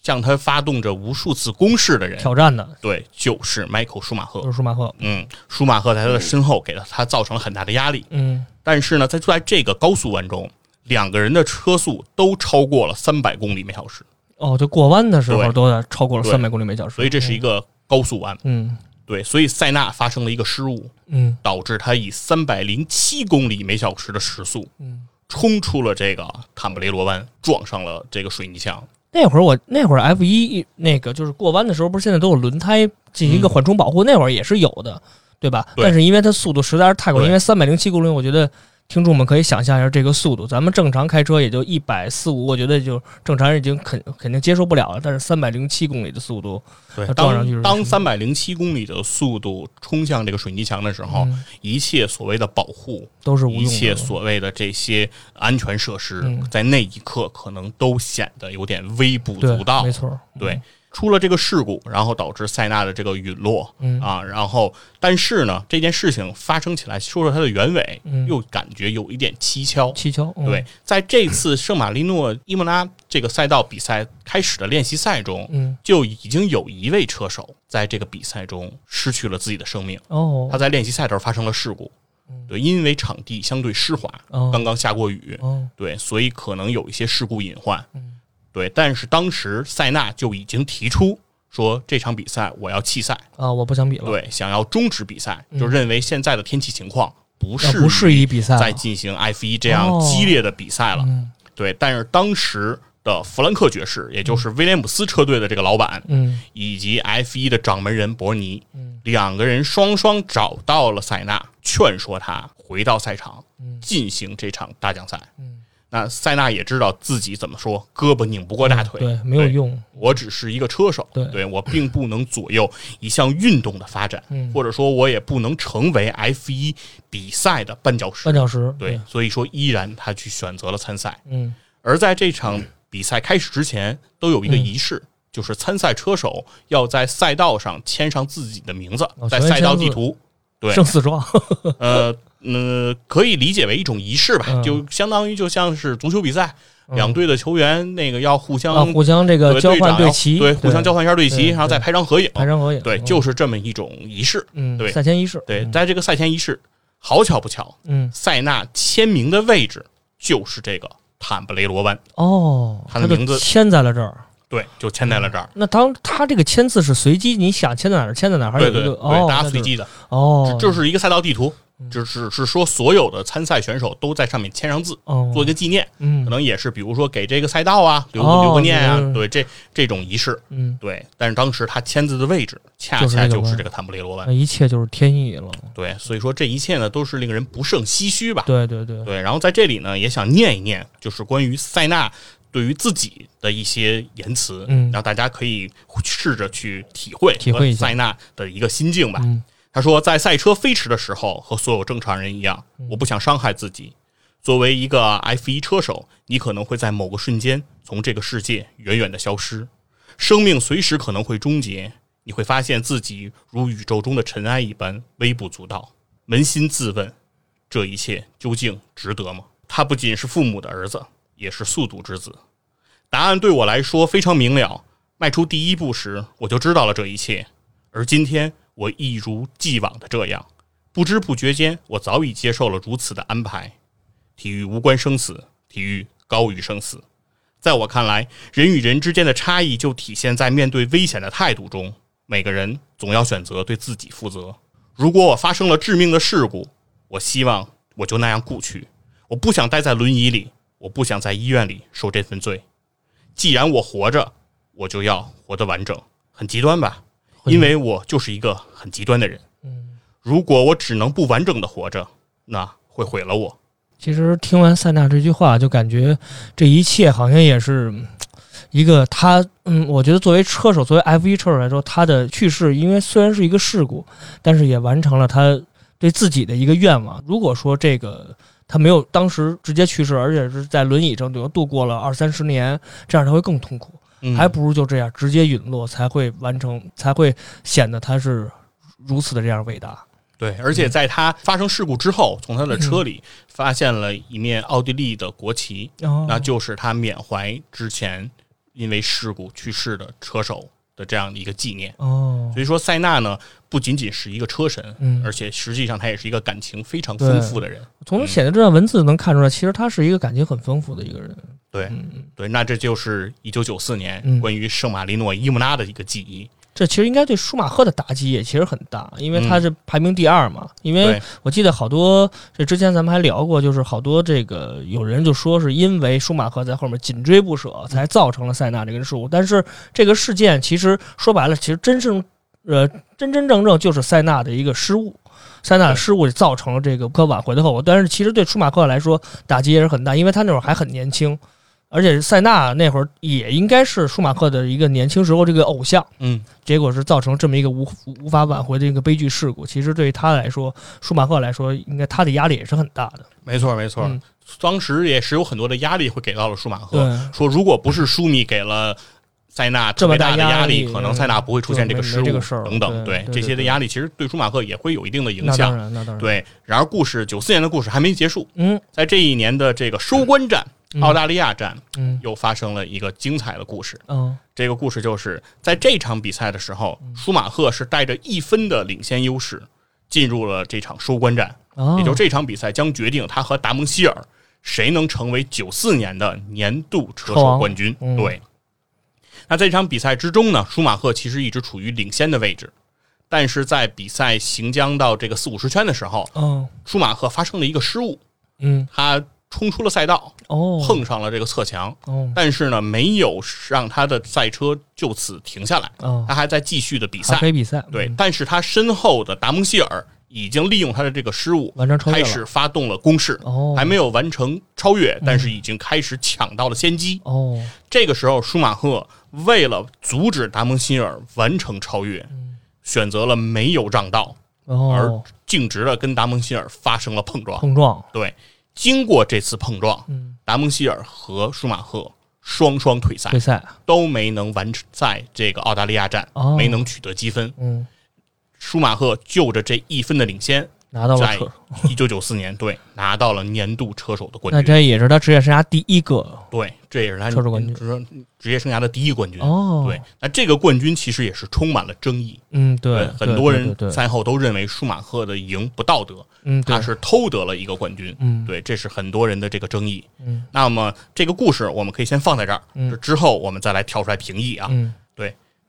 Speaker 1: 向他发动着无数次攻势的人，
Speaker 2: 挑战的
Speaker 1: 对，就是迈克尔舒马
Speaker 2: 就
Speaker 1: 赫。
Speaker 2: 是舒马赫，
Speaker 1: 嗯，舒马赫在他的身后给了他造成了很大的压力。
Speaker 2: 嗯，
Speaker 1: 但是呢，在在这个高速弯中，两个人的车速都超过了三百公里每小时，
Speaker 2: 哦，就过弯的时候
Speaker 1: 对
Speaker 2: 都在超过了
Speaker 1: 对
Speaker 2: 三百公里每小时，
Speaker 1: 所以这是一个高速弯。
Speaker 2: 嗯
Speaker 1: 对，所以塞纳发生了一个失误，
Speaker 2: 嗯
Speaker 1: 导致他以三百零七公里每小时的时速
Speaker 2: 嗯。
Speaker 1: 冲出了这个坦布雷罗湾，撞上了这个水泥墙。
Speaker 2: 那会儿我那会儿 F 一那个就是过弯的时候，不是现在都有轮胎进行一个缓冲保护，那会儿也是有的，对吧？
Speaker 1: 嗯对
Speaker 2: 但是因为它速度实在是太快，
Speaker 1: 对
Speaker 2: 因为三百零七公里，我觉得听众们可以想象一下这个速度，咱们正常开车也就一百四五，我觉得就正常人已经肯肯定接受不了了。但是三百零七公里的速度，
Speaker 1: 对
Speaker 2: 他撞上去是
Speaker 1: 当当三百零七公里的速度冲向这个水泥墙的时候，
Speaker 2: 嗯
Speaker 1: 一切所谓的保护，
Speaker 2: 都是无用
Speaker 1: 一
Speaker 2: 的。
Speaker 1: 切所谓的这些安全设施，
Speaker 2: 嗯
Speaker 1: 在那一刻可能都显得有点微不
Speaker 2: 对
Speaker 1: 足，道
Speaker 2: 没。错，嗯
Speaker 1: 对，出了这个事故，然后导致塞纳的这个陨落、
Speaker 2: 嗯
Speaker 1: 啊，然后但是呢，这件事情发生起来，说说它的原委，
Speaker 2: 嗯
Speaker 1: 又感觉有一点蹊跷。
Speaker 2: 气球，嗯
Speaker 1: 对，，在这次圣马力诺伊莫拉这个赛道比赛开始的练习赛中，
Speaker 2: 嗯，
Speaker 1: 就已经有一位车手在这个比赛中失去了自己的生命。
Speaker 2: 哦嗯
Speaker 1: 他，在练习赛的时候发生了事故，对，因为场地相对湿滑，
Speaker 2: 哦
Speaker 1: 刚刚下过雨，
Speaker 2: 哦，嗯
Speaker 1: 对，所以可能有一些事故隐患。对，但是当时塞纳就已经提出说这场比赛我要弃赛，
Speaker 2: 啊，我不想比了，
Speaker 1: 对，想要终止比赛，就认为现在的天气情况不
Speaker 2: 啊，
Speaker 1: 适
Speaker 2: 嗯不适
Speaker 1: 宜
Speaker 2: 宜比赛
Speaker 1: 再
Speaker 2: 了，
Speaker 1: 进行 F 一这样
Speaker 2: 哦
Speaker 1: 激烈的比赛了。
Speaker 2: 嗯
Speaker 1: 对，但是当时的弗兰克爵士，也就是威廉姆斯车队的这个老板，
Speaker 2: 嗯
Speaker 1: 以及 F 一的掌门人伯尼，
Speaker 2: 嗯
Speaker 1: 两个人双双找到了塞纳，劝说他回到赛场，进行这场大奖赛。
Speaker 2: 嗯
Speaker 1: 那塞纳也知道自己怎么说，胳膊拧不过大腿，
Speaker 2: 嗯对，没有用，
Speaker 1: 我只是一个车手，
Speaker 2: 对
Speaker 1: 我并不能左右一项运动的发展，
Speaker 2: 嗯
Speaker 1: 或者说，我也不能成为 F 一比赛的绊脚石。
Speaker 2: 半小时，
Speaker 1: 对，，所以说依然他去选择了参赛。
Speaker 2: 嗯
Speaker 1: 而在这场比赛开始之前，都有一个
Speaker 2: 嗯
Speaker 1: 仪式，就是参赛车手要在赛道上签上自己的名字，
Speaker 2: 哦
Speaker 1: 在
Speaker 2: 全是
Speaker 1: 赛道
Speaker 2: 签
Speaker 1: 地
Speaker 2: 字
Speaker 1: 图。对
Speaker 2: 胜四庄，
Speaker 1: 呃，嗯、可以理解为一种仪式吧，
Speaker 2: 嗯
Speaker 1: 就相当于就像是足球比赛，
Speaker 2: 嗯
Speaker 1: 两队的球员那个要互相、
Speaker 2: 啊，互相这个
Speaker 1: 对
Speaker 2: 交
Speaker 1: 队
Speaker 2: 换
Speaker 1: 长要
Speaker 2: 旗，
Speaker 1: 对，互相交换一下队旗，
Speaker 2: 对
Speaker 1: 然后再
Speaker 2: 对
Speaker 1: 拍张合影，
Speaker 2: 拍张合影，
Speaker 1: 对，
Speaker 2: 嗯
Speaker 1: 就是这么一种仪式。
Speaker 2: 嗯，
Speaker 1: 对
Speaker 2: 赛前仪式，
Speaker 1: 对，
Speaker 2: 嗯
Speaker 1: 在这个赛前仪式，好巧不巧，
Speaker 2: 嗯，
Speaker 1: 塞纳签名的位置就是这个坦布雷罗湾，
Speaker 2: 哦，
Speaker 1: 他的
Speaker 2: 就
Speaker 1: 名字
Speaker 2: 签在了这儿。
Speaker 1: 对，就签在了这儿。
Speaker 2: 那当他这个签字是随机，你想签在哪儿签在哪儿，还是
Speaker 1: 对
Speaker 2: 有一
Speaker 1: 对
Speaker 2: 个
Speaker 1: 对，
Speaker 2: 哦，
Speaker 1: 大
Speaker 2: 那
Speaker 1: 家随
Speaker 2: 就是
Speaker 1: 机的，
Speaker 2: 哦，嗯
Speaker 1: 这是一个赛道地图，只只是说所有的参赛选手都在上面签上字，
Speaker 2: 哦，
Speaker 1: 做一个纪念。可
Speaker 2: 嗯
Speaker 1: 能也是比如说给这个赛道啊留
Speaker 2: 哦
Speaker 1: 留个念啊
Speaker 2: 嗯，
Speaker 1: 对这这种仪式，
Speaker 2: 嗯，
Speaker 1: 对。但是当时他签字的位置恰
Speaker 2: 就是这
Speaker 1: 恰
Speaker 2: 个哎
Speaker 1: 就是
Speaker 2: 弯
Speaker 1: 这个坦布雷罗湾
Speaker 2: 那，一切就是天意了。
Speaker 1: 对，所以说这一切呢都是令人不胜唏嘘吧。
Speaker 2: 对对对，
Speaker 1: 对，然后在这里呢也想念一念，就是关于塞纳对于自己的一些言辞，
Speaker 2: 嗯
Speaker 1: 让大家可以试着去体会
Speaker 2: 体
Speaker 1: 和
Speaker 2: 会一下
Speaker 1: 塞纳的一个心境吧。
Speaker 2: 嗯
Speaker 1: 他说，在赛车飞驰的时候，和所有正常人一样，
Speaker 2: 嗯
Speaker 1: 我不想伤害自己。作为一个 F 1车手，你可能会在某个瞬间从这个世界远远的消失，生命随时可能会终结。你会发现自己如宇宙中的尘埃一般微不足道。扪心自问，这一切究竟值得吗？他不仅是父母的儿子，也是速度之子。答案对我来说非常明了。迈出第一步时，我就知道了这一切。而今天，我一如既往的这样，不知不觉间，我早已接受了如此的安排。体育无关生死，体育高于生死。在我看来，人与人之间的差异就体现在面对危险的态度中。每个人总要选择对自己负责。如果我发生了致命的事故，我希望我就那样故去。我不想待在轮椅里，我不想在医院里受这份罪。既然我活着，我就要活得完整。很极端吧？
Speaker 2: 会
Speaker 1: 因为我就是一个很极端的人。
Speaker 2: 嗯，
Speaker 1: 如果我只能不完整的活着，那会毁了我。
Speaker 2: 其实听完塞纳这句话，就感觉这一切好像也是嗯一个他，嗯，我觉得作为车手，作为 F 一车手来说，他的去世，因为虽然是一个事故，但是也完成了他对自己的一个愿望。如果说这个他没有当时直接去世，而且是在轮椅上度度过了二三十年，这样他会更痛苦，
Speaker 1: 嗯
Speaker 2: 还不如就这样直接陨落，才会完成，才会显得他是如此的这样伟大。
Speaker 1: 对，而且在他发生事故之后，从他的车里发现了一面奥地利的国旗，
Speaker 2: 嗯哦
Speaker 1: 那就是他缅怀之前因为事故去世的车手的这样的一个纪念。
Speaker 2: 哦，
Speaker 1: 所以说，塞纳呢不仅仅是一个车神，
Speaker 2: 嗯
Speaker 1: 而且实际上他也是一个感情非常丰富的人。
Speaker 2: 从写的这段文字能看出来，其实他是一个感情很丰富的一个人。
Speaker 1: 对
Speaker 2: 嗯，
Speaker 1: 对，那这就是一九九四年
Speaker 2: 嗯
Speaker 1: 关于圣马力诺伊姆拉的一个记忆。
Speaker 2: 这其实应该对舒马赫的打击也其实很大，因为他
Speaker 1: 嗯
Speaker 2: 是排名第二嘛。因为
Speaker 1: 对，
Speaker 2: 我记得好多，这之前咱们还聊过，就是好多这个有人就说是因为舒马赫在后面紧追不舍，才造成了塞纳这个事故。但是这个事件其实说白了，其实真正呃真真正正就是塞纳的一个失误。塞纳的
Speaker 1: 对
Speaker 2: 失误造成了这个不可挽回的后果，但是其实对舒马赫来说打击也是很大，因为他那会儿还很年轻，而且塞纳那会儿也应该是舒马赫的一个年轻时候这个偶像，
Speaker 1: 嗯，
Speaker 2: 结果是造成这么一个无无无法挽回的一个悲剧事故。其实对于他来说，舒马赫来说，应该他的压力也是很大的。
Speaker 1: 没错，没错。
Speaker 2: 嗯
Speaker 1: 当时也是有很多的压力会给到了舒马赫，
Speaker 2: 对，
Speaker 1: 说如果不是舒米给了塞纳特
Speaker 2: 这
Speaker 1: 别
Speaker 2: 么
Speaker 1: 大
Speaker 2: 大
Speaker 1: 的
Speaker 2: 压
Speaker 1: 力，
Speaker 2: 力嗯
Speaker 1: 可能塞纳不会出现这个
Speaker 2: 就没
Speaker 1: 失误
Speaker 2: 没这个事儿
Speaker 1: 等等，
Speaker 2: 对对
Speaker 1: 这
Speaker 2: 对
Speaker 1: 些的
Speaker 2: 对
Speaker 1: 压力其实对舒马赫也会有一定的影
Speaker 2: 那当
Speaker 1: 响。
Speaker 2: 然，那当然，，
Speaker 1: 对，然而故事九四年的故事还没结束，
Speaker 2: 嗯
Speaker 1: 在这一年的这个收官战，
Speaker 2: 嗯
Speaker 1: 澳大利亚站
Speaker 2: 嗯
Speaker 1: 又发生了一个精彩的故事。
Speaker 2: 嗯
Speaker 1: 这个故事就是在这场比赛的时候，舒马赫是带着一分的领先优势进入了这场收官战，
Speaker 2: 哦，
Speaker 1: 也就这场比赛将决定他和达蒙希尔谁能成为九四年的年度车
Speaker 2: 车
Speaker 1: 手
Speaker 2: 王
Speaker 1: 冠军。
Speaker 2: 嗯
Speaker 1: 对，那这场比赛之中呢，舒马赫其实一直处于领先的位置，但是在比赛行将到这个四五十圈的时候，
Speaker 2: 嗯
Speaker 1: 舒马赫发生了一个失误，
Speaker 2: 嗯
Speaker 1: 他冲出了赛道，
Speaker 2: 哦
Speaker 1: 碰上了这个侧墙，
Speaker 2: 哦
Speaker 1: 但是呢，没有让他的赛车就此停下来，
Speaker 2: 哦
Speaker 1: 他，还在继续的比
Speaker 2: 还
Speaker 1: 赛
Speaker 2: 可。以比赛，
Speaker 1: 对
Speaker 2: 嗯，，
Speaker 1: 但是他身后的达蒙希尔已经利用他的这个失误，
Speaker 2: 完成超越
Speaker 1: 开
Speaker 2: 了。
Speaker 1: 始发动了攻势，
Speaker 2: 哦，嗯
Speaker 1: 还没有完成超越，但是已经开始抢到了先机。
Speaker 2: 哦，
Speaker 1: 这个时候，舒马赫为了阻止达蒙希尔完成超越，选择了没有让道，而
Speaker 2: 嗯哦，
Speaker 1: 径直的跟达蒙希尔发生了碰撞。
Speaker 2: 碰撞，
Speaker 1: 对，经过这次碰撞，
Speaker 2: 嗯
Speaker 1: 达蒙希尔和舒马赫双双退赛
Speaker 2: 退，赛，
Speaker 1: 都没能完赛这个澳大利亚站，
Speaker 2: 哦
Speaker 1: 没能取得积分。
Speaker 2: 嗯，
Speaker 1: 舒马赫就着这一分的领先，
Speaker 2: 拿到了
Speaker 1: 在
Speaker 2: 车手，
Speaker 1: 一九九四年对拿到了年度车手的
Speaker 2: 那
Speaker 1: 冠军。
Speaker 2: 这也是他职业生涯第一个
Speaker 1: 对，这也是他
Speaker 2: 车手冠军
Speaker 1: 职职业生涯的第一冠军。
Speaker 2: 哦。
Speaker 1: 嗯对，，那这个冠军其实也是充满了争议。
Speaker 2: 嗯，对，
Speaker 1: 很多
Speaker 2: 对
Speaker 1: 人
Speaker 2: 对对对
Speaker 1: 赛后都认为舒马赫的赢不道德，
Speaker 2: 嗯，
Speaker 1: 他
Speaker 2: 对，
Speaker 1: 是偷得了一个冠军。
Speaker 2: 嗯，
Speaker 1: 对，这是很多人的这个争议。
Speaker 2: 嗯，
Speaker 1: 那么这个故事我们可以先放在这儿，
Speaker 2: 嗯
Speaker 1: 这之后我们再来跳出来评议啊。
Speaker 2: 嗯，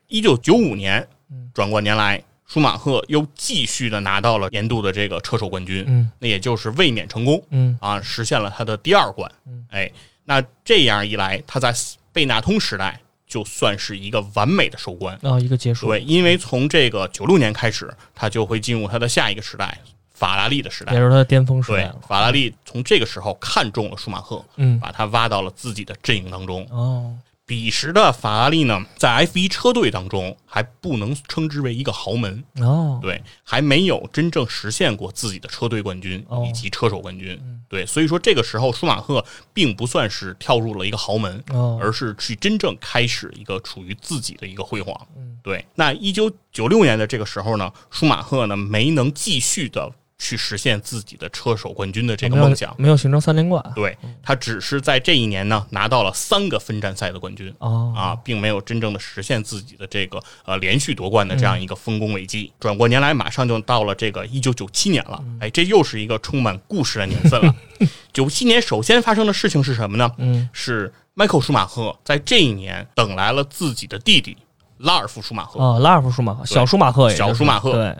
Speaker 1: 一九九五年
Speaker 2: 嗯，
Speaker 1: 转过年来，舒马赫又继续的拿到了年度的这个车手冠军，
Speaker 2: 嗯，
Speaker 1: 那也就是卫冕成功
Speaker 2: 嗯，
Speaker 1: 啊，实现了他的第二冠
Speaker 2: 嗯。
Speaker 1: 哎，那这样一来，他在贝纳通时代就算是一个完美的收官。
Speaker 2: 然哦后一个结束，
Speaker 1: 对，因为从这个九六年开始，他就会进入他的下一个时代——法拉利的时代
Speaker 2: 也。是他的巅峰时
Speaker 1: 对
Speaker 2: 代了，。
Speaker 1: 法拉利从这个时候看中了舒马赫，
Speaker 2: 嗯，
Speaker 1: 把他挖到了自己的阵营当中。
Speaker 2: 哦，
Speaker 1: 彼时的法拉利呢，在 F1 车队当中还不能称之为一个豪门，
Speaker 2: 哦，
Speaker 1: 对，还没有真正实现过自己的车队冠军
Speaker 2: 哦嗯
Speaker 1: 以及车手冠军。对，所以说这个时候舒马赫并不算是跳入了一个豪门，
Speaker 2: 哦，
Speaker 1: 而是去真正开始一个处于自己的一个辉煌。
Speaker 2: 嗯
Speaker 1: 对。那一九九六年的这个时候呢，舒马赫呢没能继续的去实现自己的车手冠军的这个
Speaker 2: 没有嗯
Speaker 1: 梦想，
Speaker 2: 没有形成三连冠，
Speaker 1: 对他只是在这一年呢拿到了三个分站赛的冠军。
Speaker 2: 哦，
Speaker 1: 啊，并没有真正的实现自己的这个呃连续夺冠的这样一个丰功伟
Speaker 2: 嗯
Speaker 1: 绩。转过年来，马上就到了这个一九九七年了，哎，这又是一个充满故事的年份
Speaker 2: *laughs*
Speaker 1: 了。九七年首先发生的事情是什么呢？
Speaker 2: 嗯，
Speaker 1: 是迈克尔舒马赫在这一年等来了自己的弟弟拉尔夫舒马赫，
Speaker 2: 哦，拉尔夫舒马赫，小舒马赫也就是，
Speaker 1: 小舒马赫
Speaker 2: 对，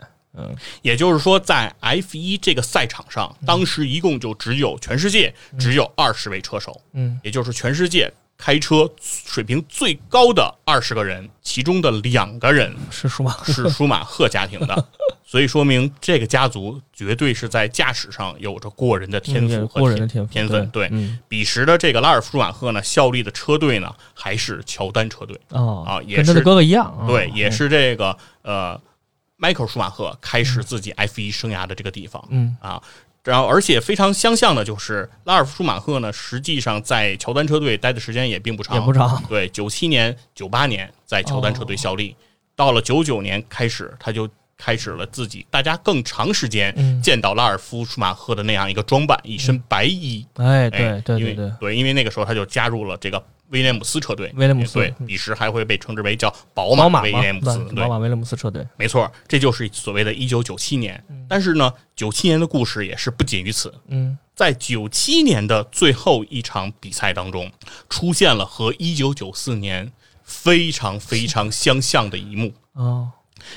Speaker 1: 也就是说，在 F 一这个赛场上，
Speaker 2: 嗯
Speaker 1: 当时一共就只有全世界只有二十位车手，
Speaker 2: 嗯，
Speaker 1: 也就是全世界开车水平最高的二十个人，其中的两个人
Speaker 2: 是舒马赫，
Speaker 1: 是舒马赫家庭
Speaker 2: *laughs*
Speaker 1: 的，所以说明这个家族绝对是在驾驶上有着过人的天
Speaker 2: 嗯也
Speaker 1: 赋
Speaker 2: 是
Speaker 1: 和
Speaker 2: 过人的
Speaker 1: 天
Speaker 2: 天赋
Speaker 1: 天分。对，
Speaker 2: 嗯，
Speaker 1: 彼时的这个拉尔夫舒马赫呢，效力的车队呢还是乔丹车队，
Speaker 2: 哦，
Speaker 1: 啊也
Speaker 2: 跟他的
Speaker 1: 是
Speaker 2: 哥哥一样，啊
Speaker 1: 对，也，是这个呃迈克尔舒马赫开始自己 F 一生涯的这个地方。
Speaker 2: 嗯，
Speaker 1: 啊。然后，而且非常相像的就是拉尔夫舒马赫呢，实际上在乔丹车队待的时间也并不长，
Speaker 2: 也不长，哦
Speaker 1: 对，九七年、九八年在乔丹车队效力，到了九九年开始，他就开始了自己大家更长时间
Speaker 2: 嗯
Speaker 1: 见到拉尔夫舒马赫的那样一个装扮，一身白衣。哎
Speaker 2: 哎，对对
Speaker 1: 因
Speaker 2: 对
Speaker 1: 为
Speaker 2: 对，
Speaker 1: 因为那个时候他就加入了这个威廉姆斯车队，
Speaker 2: 威廉姆斯
Speaker 1: 对，
Speaker 2: 嗯
Speaker 1: 彼时还会被称之为叫宝
Speaker 2: 宝
Speaker 1: 马
Speaker 2: 马
Speaker 1: 威
Speaker 2: 嘛
Speaker 1: 廉姆
Speaker 2: 对
Speaker 1: 斯，对
Speaker 2: 宝，马威廉姆斯车队，
Speaker 1: 没错，这就是所谓的1997年。但是呢，97年的故事也是不仅于此。
Speaker 2: 嗯，
Speaker 1: 在97年的最后一场比赛当中，出现了和1994年非常非常相像的一幕。
Speaker 2: 哦，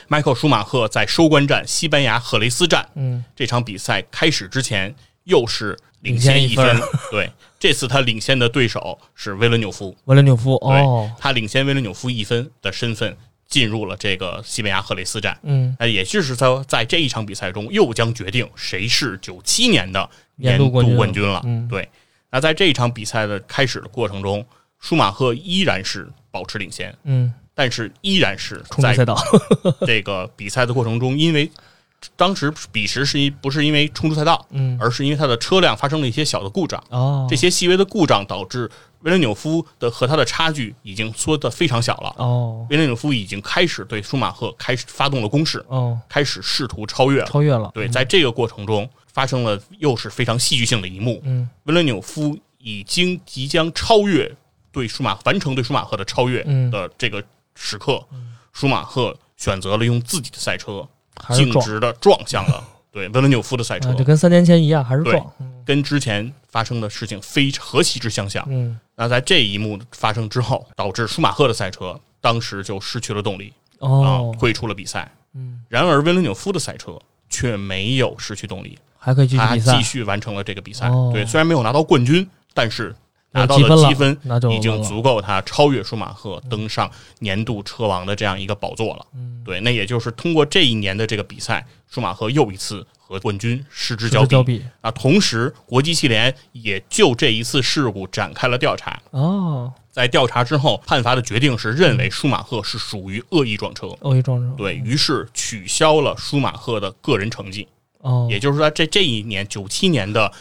Speaker 1: 迈克尔舒马赫在收官战西班牙赫雷斯站
Speaker 2: 嗯，
Speaker 1: 这场比赛开始之前，又是领
Speaker 2: 领
Speaker 1: 先
Speaker 2: 先
Speaker 1: 一
Speaker 2: 一
Speaker 1: 分
Speaker 2: 分。
Speaker 1: 对，这次他领先的对手是维伦纽夫。
Speaker 2: 维伦纽夫，
Speaker 1: 对，
Speaker 2: 哦，
Speaker 1: 他领先维伦纽夫一分的身份进入了这个西班牙赫雷斯站。
Speaker 2: 嗯，
Speaker 1: 呃，也就是在在这一场比赛中，又将决定谁是九七年的年
Speaker 2: 年
Speaker 1: 度
Speaker 2: 度冠军
Speaker 1: 冠军了。
Speaker 2: 嗯
Speaker 1: 对，那在这一场比赛的开始的过程中，舒马赫依然是保持领先，
Speaker 2: 嗯，
Speaker 1: 但是依然是
Speaker 2: 冲击
Speaker 1: 在
Speaker 2: 赛道，
Speaker 1: *laughs* 这个比赛的过程中，因为当时比时是一不是因为冲出赛道，
Speaker 2: 嗯，
Speaker 1: 而是因为他的车辆发生了一些小的故障，
Speaker 2: 哦，
Speaker 1: 这些细微的故障导致维伦纽夫的和他的差距已经缩得非常小了。
Speaker 2: 哦
Speaker 1: 维伦纽夫已经开始对舒马赫开始发动了攻势，
Speaker 2: 哦，
Speaker 1: 开始试图超越了。
Speaker 2: 超越了，
Speaker 1: 对，在这个过程中发生了又是非常戏剧性的一幕，
Speaker 2: 嗯，
Speaker 1: 维伦纽夫已经即将超越对舒马完成对舒马赫的超越
Speaker 2: 嗯
Speaker 1: 的这个时刻，舒马赫选择了用自己的赛车
Speaker 2: 还是
Speaker 1: 径
Speaker 2: 撞，
Speaker 1: 直的撞向
Speaker 2: *laughs*
Speaker 1: 了对维伦纽夫的赛车
Speaker 2: 啊，，就跟三年前一样，还是
Speaker 1: 对
Speaker 2: 撞，
Speaker 1: 跟之前发生的事情非何其之相像。
Speaker 2: 嗯，
Speaker 1: 那在这一幕发生之后，导致舒马赫的赛车当时就失去了动力，啊
Speaker 2: 哦，，
Speaker 1: 退出了比赛。
Speaker 2: 嗯，
Speaker 1: 然而，维伦纽夫的赛车却没有失去动力，
Speaker 2: 还可以继续
Speaker 1: 他
Speaker 2: 比赛
Speaker 1: 继，续完成了这个比赛。
Speaker 2: 哦
Speaker 1: 对，虽然没有拿到冠军，但是拿到
Speaker 2: 有积分
Speaker 1: 了
Speaker 2: 了
Speaker 1: 积分，
Speaker 2: 那就
Speaker 1: 已经
Speaker 2: 完了
Speaker 1: 足够他超越舒马赫登上年度车王的这样一个宝座了。
Speaker 2: 嗯
Speaker 1: 对，那也就是通过这一年的这个比赛，舒马赫又一次和冠军失之
Speaker 2: 失
Speaker 1: 交
Speaker 2: 之
Speaker 1: 臂。
Speaker 2: 交臂，
Speaker 1: 啊，同时国际汽联也就这一次事故展开了调查。
Speaker 2: 哦，
Speaker 1: 在调查之后，判罚的决定是认为舒马赫是属于恶意撞车，
Speaker 2: 恶意撞车，
Speaker 1: 对于是取消了舒马赫的个人成绩，
Speaker 2: 哦，
Speaker 1: 也就是说，在这这一年九七年的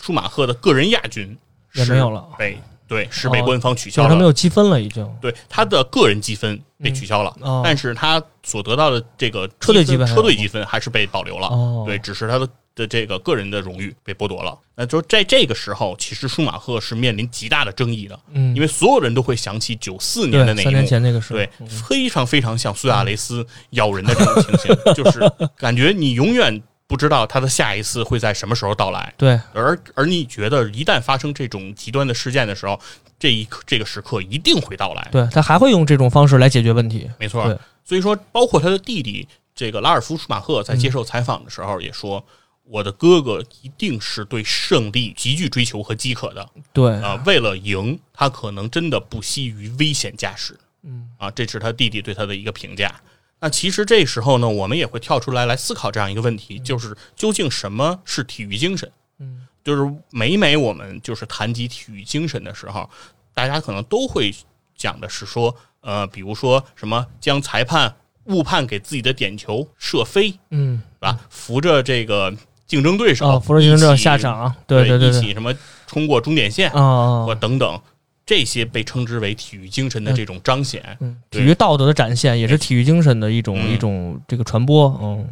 Speaker 1: 舒马赫的个人亚军
Speaker 2: 也没有了，
Speaker 1: 被对是被
Speaker 2: 哦
Speaker 1: 官方取
Speaker 2: 就
Speaker 1: 消
Speaker 2: 是
Speaker 1: 了
Speaker 2: 他没。有积分了，已经。
Speaker 1: 对他的个人积分被取消了，
Speaker 2: 哦
Speaker 1: 但是他所得到的这个
Speaker 2: 车队积分还有
Speaker 1: 车队积分还是被保留了。
Speaker 2: 哦，
Speaker 1: 对，，只是他的的这个个人的荣誉被剥夺了。那就在这个时候，其实舒马赫是面临极大的争议的，
Speaker 2: 嗯，
Speaker 1: 因为所有人都会想起九四年的
Speaker 2: 对
Speaker 1: 那
Speaker 2: 三
Speaker 1: 一
Speaker 2: 年
Speaker 1: 幕。
Speaker 2: 前那个是，
Speaker 1: 对，
Speaker 2: 嗯
Speaker 1: 非常非常像苏亚雷斯咬人的这种情形， *laughs* 就是感觉你永远不知道他的下一次会在什么时候到来，
Speaker 2: 对，
Speaker 1: 而而你觉得一旦发生这种极端的事件的时候，这一刻这个时刻一定会到来，
Speaker 2: 对他还会用这种方式来解决问题。
Speaker 1: 没错
Speaker 2: 对。
Speaker 1: 所以说，包括他的弟弟这个拉尔夫·舒马赫在
Speaker 2: 嗯
Speaker 1: 接受采访的时候也说。我的哥哥一定是对胜利极具追求和饥渴的
Speaker 2: 对，
Speaker 1: 啊、为了赢，他可能真的不惜于危险驾驶。
Speaker 2: 嗯，
Speaker 1: 啊，这是他弟弟对他的一个评价。那其实这时候呢，我们也会跳出来来思考这样一个问题，就是究竟什么是体育精神？
Speaker 2: 嗯，
Speaker 1: 就是每每我们就是谈及体育精神的时候，大家可能都会讲的是说，呃，比如说什么将裁判误判给自己的点球射飞，是
Speaker 2: 嗯，
Speaker 1: 吧？扶着这个竞争对手，
Speaker 2: 哦，福州竞争者
Speaker 1: 一起
Speaker 2: 下，场，
Speaker 1: 对
Speaker 2: 对对
Speaker 1: 一
Speaker 2: 对，
Speaker 1: 起什么冲过终点线
Speaker 2: 啊，
Speaker 1: 或
Speaker 2: 哦
Speaker 1: 等等，这些被称之为体育精神的这种彰显。
Speaker 2: 嗯，体
Speaker 1: 对
Speaker 2: 育道德的展现也是体育精神的一种
Speaker 1: 嗯
Speaker 2: 一种这个传播，嗯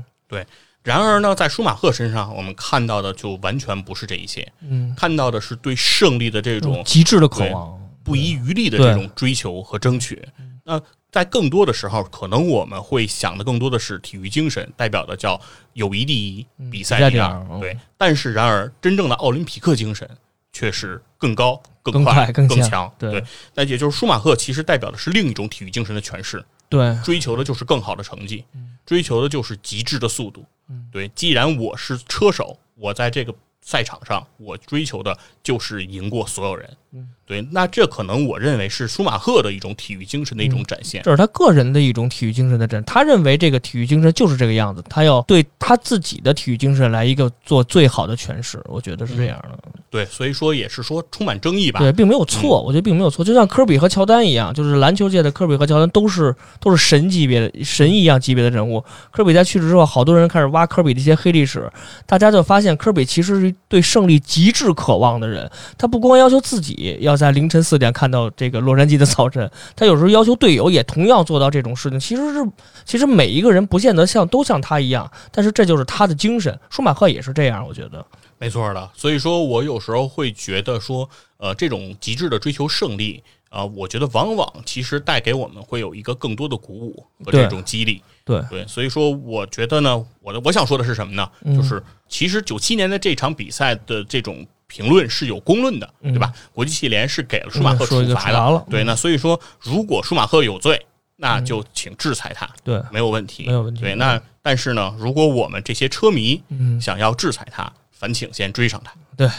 Speaker 1: 然而呢，在舒马赫身上，我们看到的就完全不是这一切，
Speaker 2: 嗯，
Speaker 1: 看到的是对胜利的这种
Speaker 2: 极致的渴望，
Speaker 1: 不遗余力的
Speaker 2: 对
Speaker 1: 这种追求和争取。那在更多的时候，可能我们会想的更多的是体育精神代表的叫友谊第一，
Speaker 2: 嗯
Speaker 1: 比
Speaker 2: 比赛
Speaker 1: 赛
Speaker 2: 第
Speaker 1: 第
Speaker 2: 二
Speaker 1: 二
Speaker 2: 嗯。
Speaker 1: 对，但是然而，真正的奥林匹克精神却是更高、
Speaker 2: 更
Speaker 1: 更
Speaker 2: *laughs* 快
Speaker 1: 快、
Speaker 2: 更强
Speaker 1: 强。
Speaker 2: 对
Speaker 1: 对，那也就是舒马赫其实代表的是另一种体育精神的诠释。
Speaker 2: 对，
Speaker 1: 追求的就是更好的成绩
Speaker 2: 嗯，
Speaker 1: 追求的就是极致的速度
Speaker 2: 嗯。
Speaker 1: 对，既然我是车手，我在这个赛场上，我追求的就是赢过所有人
Speaker 2: 嗯。
Speaker 1: 对，那这可能我认为是舒马赫的一种体育精神的一种展现。
Speaker 2: 嗯这是他个人的一种体育精神的展，他认为这个体育精神就是这个样子，他要对他自己的体育精神来一个做最好的诠释，我觉得是这样的。
Speaker 1: 对，所以说也是说充满争议吧。
Speaker 2: 对，并没有错，我觉得并没有错。就像科比和乔丹一样，就是篮球界的科比和乔丹都是都是神级别的神一样级别的人物。科比在去世之后，好多人开始挖科比的一些黑历史，大家就发现科比其实是对胜利极致渴望的人。他不光要求自己要在凌晨四点看到这个洛杉矶的早晨，他有时候要求队友也同样做到这种事情。其实是，其实每一个人不见得像都像他一样，但是这就是他的精神。舒马赫也是这样，我觉得。
Speaker 1: 没错的。所以说我有时候会觉得说，呃，这种极致的追求胜利啊、我觉得往往其实带给我们会有一个更多的鼓舞和
Speaker 2: 对
Speaker 1: 这种激励。
Speaker 2: 对
Speaker 1: 对，所以说我觉得呢，我的我想说的是什么呢？
Speaker 2: 嗯
Speaker 1: 就是其实九七年的这场比赛的这种评论是有公论的，
Speaker 2: 嗯
Speaker 1: 对吧？国际汽联是给了舒马
Speaker 2: 嗯
Speaker 1: 赫
Speaker 2: 说一
Speaker 1: 处
Speaker 2: 个
Speaker 1: 罚
Speaker 2: 处罚
Speaker 1: 的，
Speaker 2: 了嗯
Speaker 1: 对。那所以说，如果舒马赫有罪，那就请制裁他，
Speaker 2: 对，
Speaker 1: 没有问题，
Speaker 2: 没有问题
Speaker 1: 对，那但是呢，如果我们这些车迷
Speaker 2: 嗯，
Speaker 1: 想要制裁他，烦请先追上他。
Speaker 2: 对，
Speaker 1: *laughs*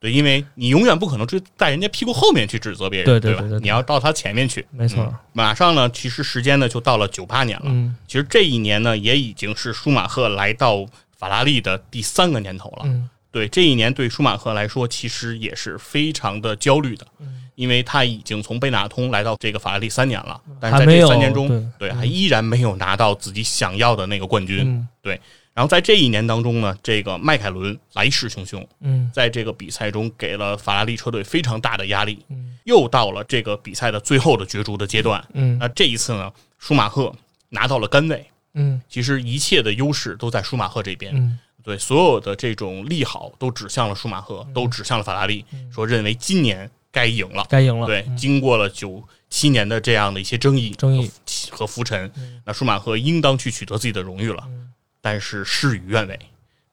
Speaker 1: 对，因为你永远不可能追在人家屁股后面去指责别人，
Speaker 2: 对对对
Speaker 1: 吧
Speaker 2: 对对
Speaker 1: 你要到他前面去。
Speaker 2: 没错
Speaker 1: 嗯马上呢，其实时间呢就到了九八年了。
Speaker 2: 嗯。
Speaker 1: 其实这一年呢，也已经是舒马赫来到法拉利的第三个年头了。
Speaker 2: 嗯
Speaker 1: 对，这一年对舒马赫来说，其实也是非常的焦虑的，
Speaker 2: 嗯
Speaker 1: 因为他已经从贝纳通来到这个法拉利三年了，但是
Speaker 2: 嗯还
Speaker 1: 在
Speaker 2: 没
Speaker 1: 这
Speaker 2: 有
Speaker 1: 三年中，
Speaker 2: 对
Speaker 1: 对还依然没有拿到自己想要的那个冠军。
Speaker 2: 嗯
Speaker 1: 然后在这一年当中呢，这个迈凯伦来势汹汹，
Speaker 2: 嗯
Speaker 1: 在这个比赛中给了法拉利车队非常大的压力
Speaker 2: 嗯，
Speaker 1: 又到了这个比赛的最后的角逐的阶段。
Speaker 2: 嗯
Speaker 1: 那这一次呢，舒马赫拿到了杆位，
Speaker 2: 嗯
Speaker 1: 其实一切的优势都在舒马赫这边，
Speaker 2: 嗯
Speaker 1: 对所有的这种利好都指向了舒马赫，
Speaker 2: 嗯
Speaker 1: 都指向了法拉利，说认为今年该赢了。
Speaker 2: 该赢了。
Speaker 1: 对，经过了九七年的这样的一些争议、
Speaker 2: 嗯争议
Speaker 1: 和浮沉
Speaker 2: 嗯，
Speaker 1: 那舒马赫应当去取得自己的荣誉了。但是事与愿违，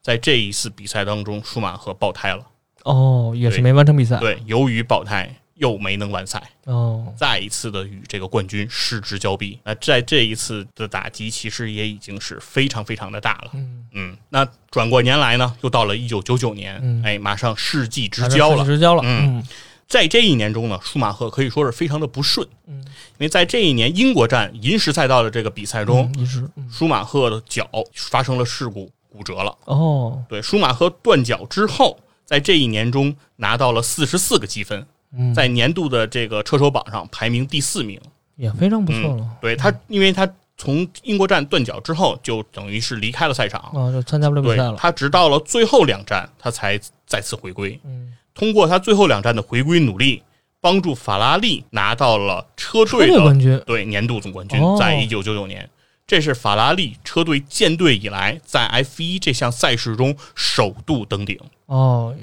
Speaker 1: 在这一次比赛当中，舒马赫爆胎了。
Speaker 2: 哦，也是
Speaker 1: 对
Speaker 2: 没完成比赛。
Speaker 1: 对，由于爆胎又没能完赛，
Speaker 2: 哦，
Speaker 1: 再一次的与这个冠军失之交臂。那在这一次的打击，其实也已经是非常非常的大了。
Speaker 2: 嗯，
Speaker 1: 嗯，那转过年来呢，又到了一九九九年，
Speaker 2: 嗯
Speaker 1: 哎，马上世纪之交了。
Speaker 2: 之交了。
Speaker 1: 嗯
Speaker 2: 嗯
Speaker 1: 在这一年中呢，舒马赫可以说是非常的不顺，
Speaker 2: 嗯
Speaker 1: 因为在这一年英国站银石赛道的这个比赛中，
Speaker 2: 一直嗯
Speaker 1: 舒马赫的脚发生了事故，骨折了。
Speaker 2: 哦，
Speaker 1: 对，舒马赫断脚之后，在这一年中拿到了四十四个积分，
Speaker 2: 嗯，
Speaker 1: 在年度的这个车手榜上排名第四名。
Speaker 2: 也非常不错了。
Speaker 1: 对他，因为他从英国站断脚之后，就等于是离开了赛场。
Speaker 2: 啊，就参加不了比
Speaker 1: 对
Speaker 2: 哦赛了。
Speaker 1: 他，直到了最后两站，他才再次回归。
Speaker 2: 嗯
Speaker 1: 通过他最后两站的回归努力，帮助法拉利拿到了车队
Speaker 2: 队
Speaker 1: 的
Speaker 2: 冠军，
Speaker 1: 对年度总冠军
Speaker 2: 哦，
Speaker 1: 在一九九九年，这是法拉利车队建队以来在 F 一这项赛事中首度登顶。
Speaker 2: 哦，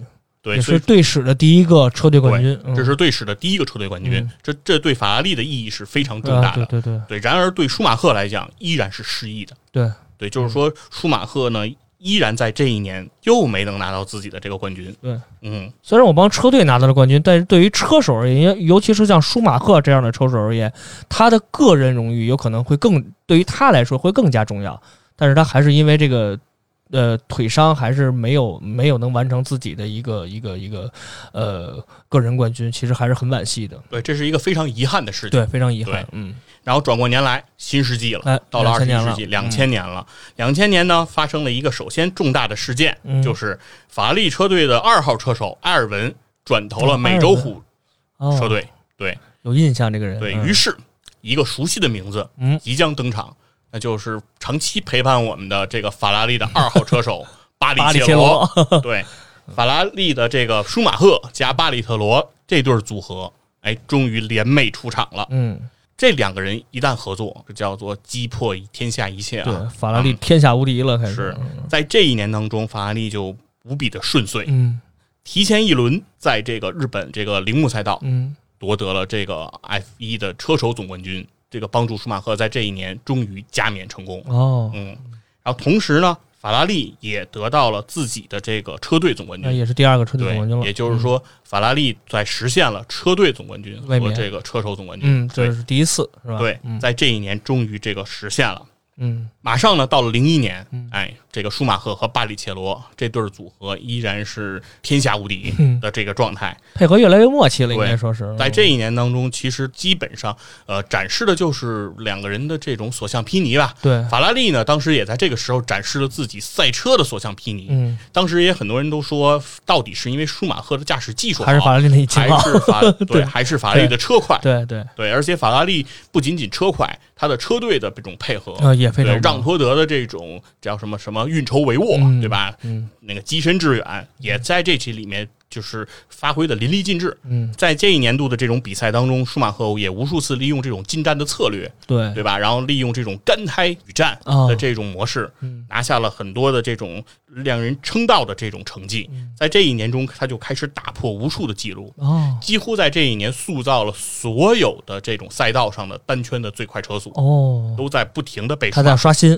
Speaker 1: 对，
Speaker 2: 也
Speaker 1: 所以
Speaker 2: 是队史的第一个车队冠军，嗯
Speaker 1: 这是队史的第一个车队冠军
Speaker 2: 嗯，
Speaker 1: 这这对法拉利的意义是非常重
Speaker 2: 啊
Speaker 1: 大
Speaker 2: 对
Speaker 1: 的。
Speaker 2: 对对
Speaker 1: 对，然而对舒马赫来讲依然是失意的。
Speaker 2: 对，
Speaker 1: 对，就是说舒马赫呢，依然在这一年又没能拿到自己的这个冠军。
Speaker 2: 对，
Speaker 1: 嗯，
Speaker 2: 虽然我帮车队拿到了冠军，但是对于车手而言，尤其是像舒马赫这样的车手而言，他的个人荣誉有可能会更对于他来说会更加重要。但是他还是因为这个呃腿伤，还是没有没有能完成自己的一个一个一个呃个人冠军，其实还是很惋惜的。
Speaker 1: 对，这是一个非常遗憾的事情。
Speaker 2: 对，非常遗憾
Speaker 1: 对。
Speaker 2: 嗯，
Speaker 1: 然后转过年来，新世纪了，
Speaker 2: 哎
Speaker 1: 到了二十一
Speaker 2: 2000
Speaker 1: 世纪，
Speaker 2: 年了
Speaker 1: 两千年了。两千年呢，发生了一个首先重大的事件，
Speaker 2: 嗯
Speaker 1: 就是法拉利车队的二号车手埃尔文转投了美洲虎
Speaker 2: 哦，
Speaker 1: 车队。对
Speaker 2: 有印象这个人。
Speaker 1: 对，
Speaker 2: 嗯
Speaker 1: 于是一个熟悉的名字
Speaker 2: 嗯
Speaker 1: 即将登场，那就是长期陪伴我们的这个法拉利的二号车
Speaker 2: *laughs*
Speaker 1: 手巴
Speaker 2: 巴
Speaker 1: 里
Speaker 2: 里
Speaker 1: 切
Speaker 2: 切
Speaker 1: 罗 *laughs*
Speaker 2: 罗。
Speaker 1: 对，法拉利的这个舒马赫加巴里特罗这对组合，哎，终于联袂出场了。
Speaker 2: 嗯，
Speaker 1: 这两个人一旦合作，这叫做击破天下一切
Speaker 2: 对，
Speaker 1: *laughs* 啊！
Speaker 2: 法拉利天下无敌了，开始。
Speaker 1: 是在这一年当中，法拉利就无比的顺遂，
Speaker 2: 嗯
Speaker 1: 提前一轮在这个日本这个铃木赛道
Speaker 2: 嗯，
Speaker 1: 夺得了这个 F 一的车手总冠军，这个帮助舒马赫在这一年终于加冕成功。
Speaker 2: 哦，
Speaker 1: 嗯，然后同时呢，法拉利也得到了自己的这个车队总冠
Speaker 2: 那
Speaker 1: 军。
Speaker 2: 也是第二个车队
Speaker 1: 对
Speaker 2: 哎总冠军，了。嗯
Speaker 1: 也就是说，法拉利在实现了车队总冠军
Speaker 2: 卫
Speaker 1: 和
Speaker 2: 冕
Speaker 1: 这个车手总冠军。
Speaker 2: 嗯，
Speaker 1: 对
Speaker 2: 这是第一次是吧？
Speaker 1: 对，
Speaker 2: 嗯
Speaker 1: 在这一年终于这个实现了。
Speaker 2: 嗯
Speaker 1: 马上呢，到了零一年
Speaker 2: 嗯，
Speaker 1: 哎，这个舒马赫和巴里切罗这对儿组合依然是天下无敌
Speaker 2: 嗯
Speaker 1: 的这个状态。
Speaker 2: 配合越来越默契了，应
Speaker 1: 对
Speaker 2: 该说是
Speaker 1: 在这一年当中，其实基本上呃展示的就是两个人的这种所向披靡吧。
Speaker 2: 对，
Speaker 1: 法拉利呢，当时也在这个时候展示了自己赛车的所向披靡。
Speaker 2: 嗯，
Speaker 1: 当时也很多人都说，到底是因为舒马赫的驾驶技术好，
Speaker 2: 还是法拉利那
Speaker 1: 还
Speaker 2: 一劲爆，
Speaker 1: 是法
Speaker 2: *laughs* 对
Speaker 1: 对，还是法拉利的车快。
Speaker 2: 对对，
Speaker 1: 对，而且法拉利不仅仅车快，它的车队的这种配合，
Speaker 2: 呃，也非
Speaker 1: 哦对
Speaker 2: 常
Speaker 1: 让
Speaker 2: 棒，
Speaker 1: 托德的这种叫什么什么运筹帷幄，
Speaker 2: 嗯
Speaker 1: 对吧？
Speaker 2: 嗯
Speaker 1: 那个跻身致远，也在这期里面就是发挥的淋漓尽致。
Speaker 2: 嗯，
Speaker 1: 在这一年度的这种比赛当中，舒马赫也无数次利用这种近战的策略，
Speaker 2: 对，
Speaker 1: 对吧？然后利用这种干胎与战
Speaker 2: 哦
Speaker 1: 的这种模式，
Speaker 2: 嗯
Speaker 1: 拿下了很多的这种让人称道的这种成绩。
Speaker 2: 嗯
Speaker 1: 在这一年中，他就开始打破无数的记录，
Speaker 2: 哦
Speaker 1: 几乎在这一年塑造了所有的这种赛道上的单圈的最快车速，
Speaker 2: 哦，
Speaker 1: 都在不停的被
Speaker 2: 他在
Speaker 1: 刷
Speaker 2: 刷新，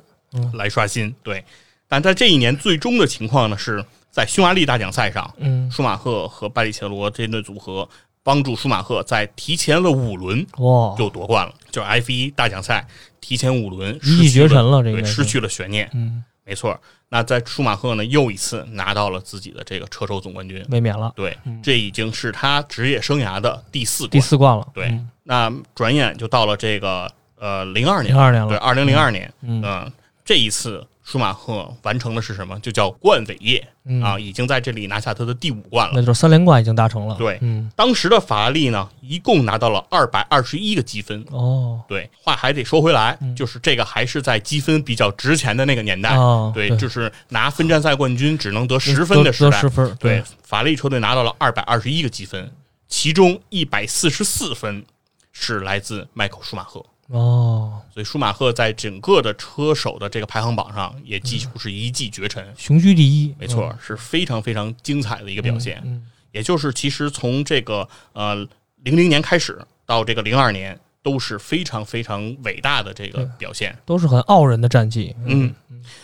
Speaker 1: 来刷新。对，但在这一年最终的情况呢，是在匈牙利大奖赛上，
Speaker 2: 嗯，
Speaker 1: 舒马赫和巴里切罗这对组合帮助舒马赫在提前了五轮
Speaker 2: 哇，
Speaker 1: 就夺冠了，就是 F 一大奖赛提前五轮
Speaker 2: 一骑
Speaker 1: 失去
Speaker 2: 绝尘了，这
Speaker 1: 对，
Speaker 2: 个
Speaker 1: 失，去了悬念，
Speaker 2: 嗯，
Speaker 1: 没错。那在舒马赫呢，又一次拿到了自己的这个车手总冠军，
Speaker 2: 卫冕了，
Speaker 1: 对，这已经是他职业生涯的第四
Speaker 2: 嗯第
Speaker 1: 冠。
Speaker 2: 四冠了，
Speaker 1: 对，那转眼就到了这个呃零二
Speaker 2: 零
Speaker 1: 年，
Speaker 2: 二年
Speaker 1: 对，
Speaker 2: 了，
Speaker 1: 二零零二年，
Speaker 2: 啊嗯
Speaker 1: 嗯，这一次舒马赫完成的是什么？就叫冠伟业
Speaker 2: 嗯
Speaker 1: 啊，已经在这里拿下他的第五冠了。
Speaker 2: 那就是三连冠已经达成了，
Speaker 1: 对
Speaker 2: 嗯，
Speaker 1: 当时的法拉利呢，一共拿到了二百二十一个积分。
Speaker 2: 哦，
Speaker 1: 对，话还得说回来，
Speaker 2: 嗯
Speaker 1: 就是这个还是在积分比较值钱的那个年代。
Speaker 2: 哦
Speaker 1: 对，
Speaker 2: 对
Speaker 1: 就是拿分站赛冠军只能得十分的时
Speaker 2: 得
Speaker 1: 代
Speaker 2: 十。分，
Speaker 1: 对，，法拉利车队拿到了二百二十一个积分，其中一百四十四分是来自迈克尔舒马赫。
Speaker 2: 哦，
Speaker 1: 所以舒马赫在整个的车手的这个排行榜上也几乎是一骑绝尘，
Speaker 2: 雄居第一，
Speaker 1: 没错，是非常非常精彩的一个表现。
Speaker 2: 嗯，
Speaker 1: 也就是其实从这个呃零零年开始到这个零二年，都是非常非常伟大的这个表现。
Speaker 2: 都是很傲人的战绩，
Speaker 1: 嗯，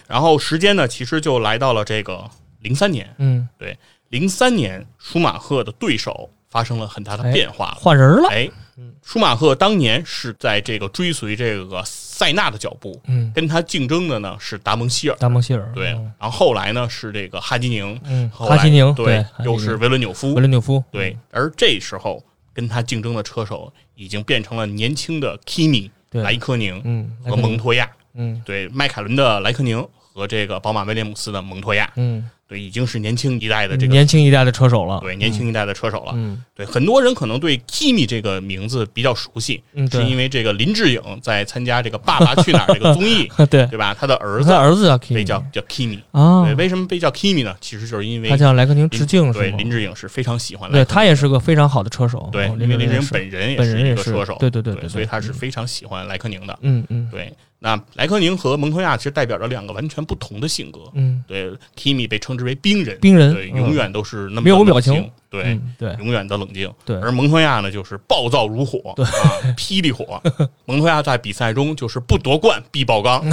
Speaker 1: 然后时间呢，其实就来到了这个零三年。
Speaker 2: 嗯，
Speaker 1: 对，零三年舒马赫的对手发生了很大的变化了。
Speaker 2: 换人 *laughs* 了，
Speaker 1: 哎，
Speaker 2: 嗯
Speaker 1: 舒马赫当年是在这个追随这个塞纳的脚步，
Speaker 2: 嗯，
Speaker 1: 跟他竞争的呢是达蒙希尔。
Speaker 2: 达蒙希尔，
Speaker 1: 对，
Speaker 2: 嗯
Speaker 1: 然后后来呢是这个哈基宁，
Speaker 2: 嗯
Speaker 1: 后来
Speaker 2: 哈基宁对
Speaker 1: 对
Speaker 2: 哈，基宁
Speaker 1: 又是维伦纽夫
Speaker 2: 维，伦纽夫，
Speaker 1: 对，而这时候跟他竞争的车手已经变成了年轻的 Kimi
Speaker 2: 对
Speaker 1: 莱科宁
Speaker 2: 嗯，
Speaker 1: 和蒙托亚，
Speaker 2: 嗯
Speaker 1: 对，迈凯伦的莱科宁和这个宝马威廉姆斯的蒙托亚，
Speaker 2: 嗯
Speaker 1: 对，已经是年轻一代的这个
Speaker 2: 年轻一代的车手了，
Speaker 1: 对年轻一代的车手了。
Speaker 2: 嗯，
Speaker 1: 对，很多人可能对 Kimi 这个名字比较熟悉，
Speaker 2: 嗯嗯，
Speaker 1: 是因
Speaker 2: 对，
Speaker 1: 为这个林志颖在参加这个《爸爸去哪儿》这个综艺，
Speaker 2: *laughs* 啊对，
Speaker 1: 对吧？他的儿
Speaker 2: *laughs* 他
Speaker 1: 子
Speaker 2: 儿子叫 Kimi，
Speaker 1: 被叫叫 Kimi，
Speaker 2: 啊
Speaker 1: 对，，为什么被叫 Kimi 呢？其实就是因为
Speaker 2: 他向莱克宁致敬
Speaker 1: 对
Speaker 2: 是吗？
Speaker 1: 林志颖是非常喜欢
Speaker 2: 对
Speaker 1: 莱克
Speaker 2: 他也是个非常好的车手，
Speaker 1: 对
Speaker 2: 哦，
Speaker 1: 因为林志颖
Speaker 2: 是
Speaker 1: 本人也
Speaker 2: 本人
Speaker 1: 是一
Speaker 2: 也
Speaker 1: 个
Speaker 2: 是
Speaker 1: 车手，
Speaker 2: 对对对嗯对，
Speaker 1: 所以
Speaker 2: 对
Speaker 1: 他是非常喜欢莱克宁的。
Speaker 2: 嗯嗯
Speaker 1: 对，那莱克宁和蒙托亚其实代表着两个完全不同的性格。
Speaker 2: 嗯，
Speaker 1: 对，Kimi 被称之为冰人，
Speaker 2: 冰人
Speaker 1: 对，
Speaker 2: 嗯
Speaker 1: 永远都是那么
Speaker 2: 没有表
Speaker 1: 情
Speaker 2: 情，
Speaker 1: 对，
Speaker 2: 嗯对
Speaker 1: 永远的冷静。
Speaker 2: 对
Speaker 1: 而蒙托亚呢，就是暴躁如火，对啊，霹雳火。
Speaker 2: *laughs*
Speaker 1: 蒙托亚在比赛中就是不夺冠必爆缸，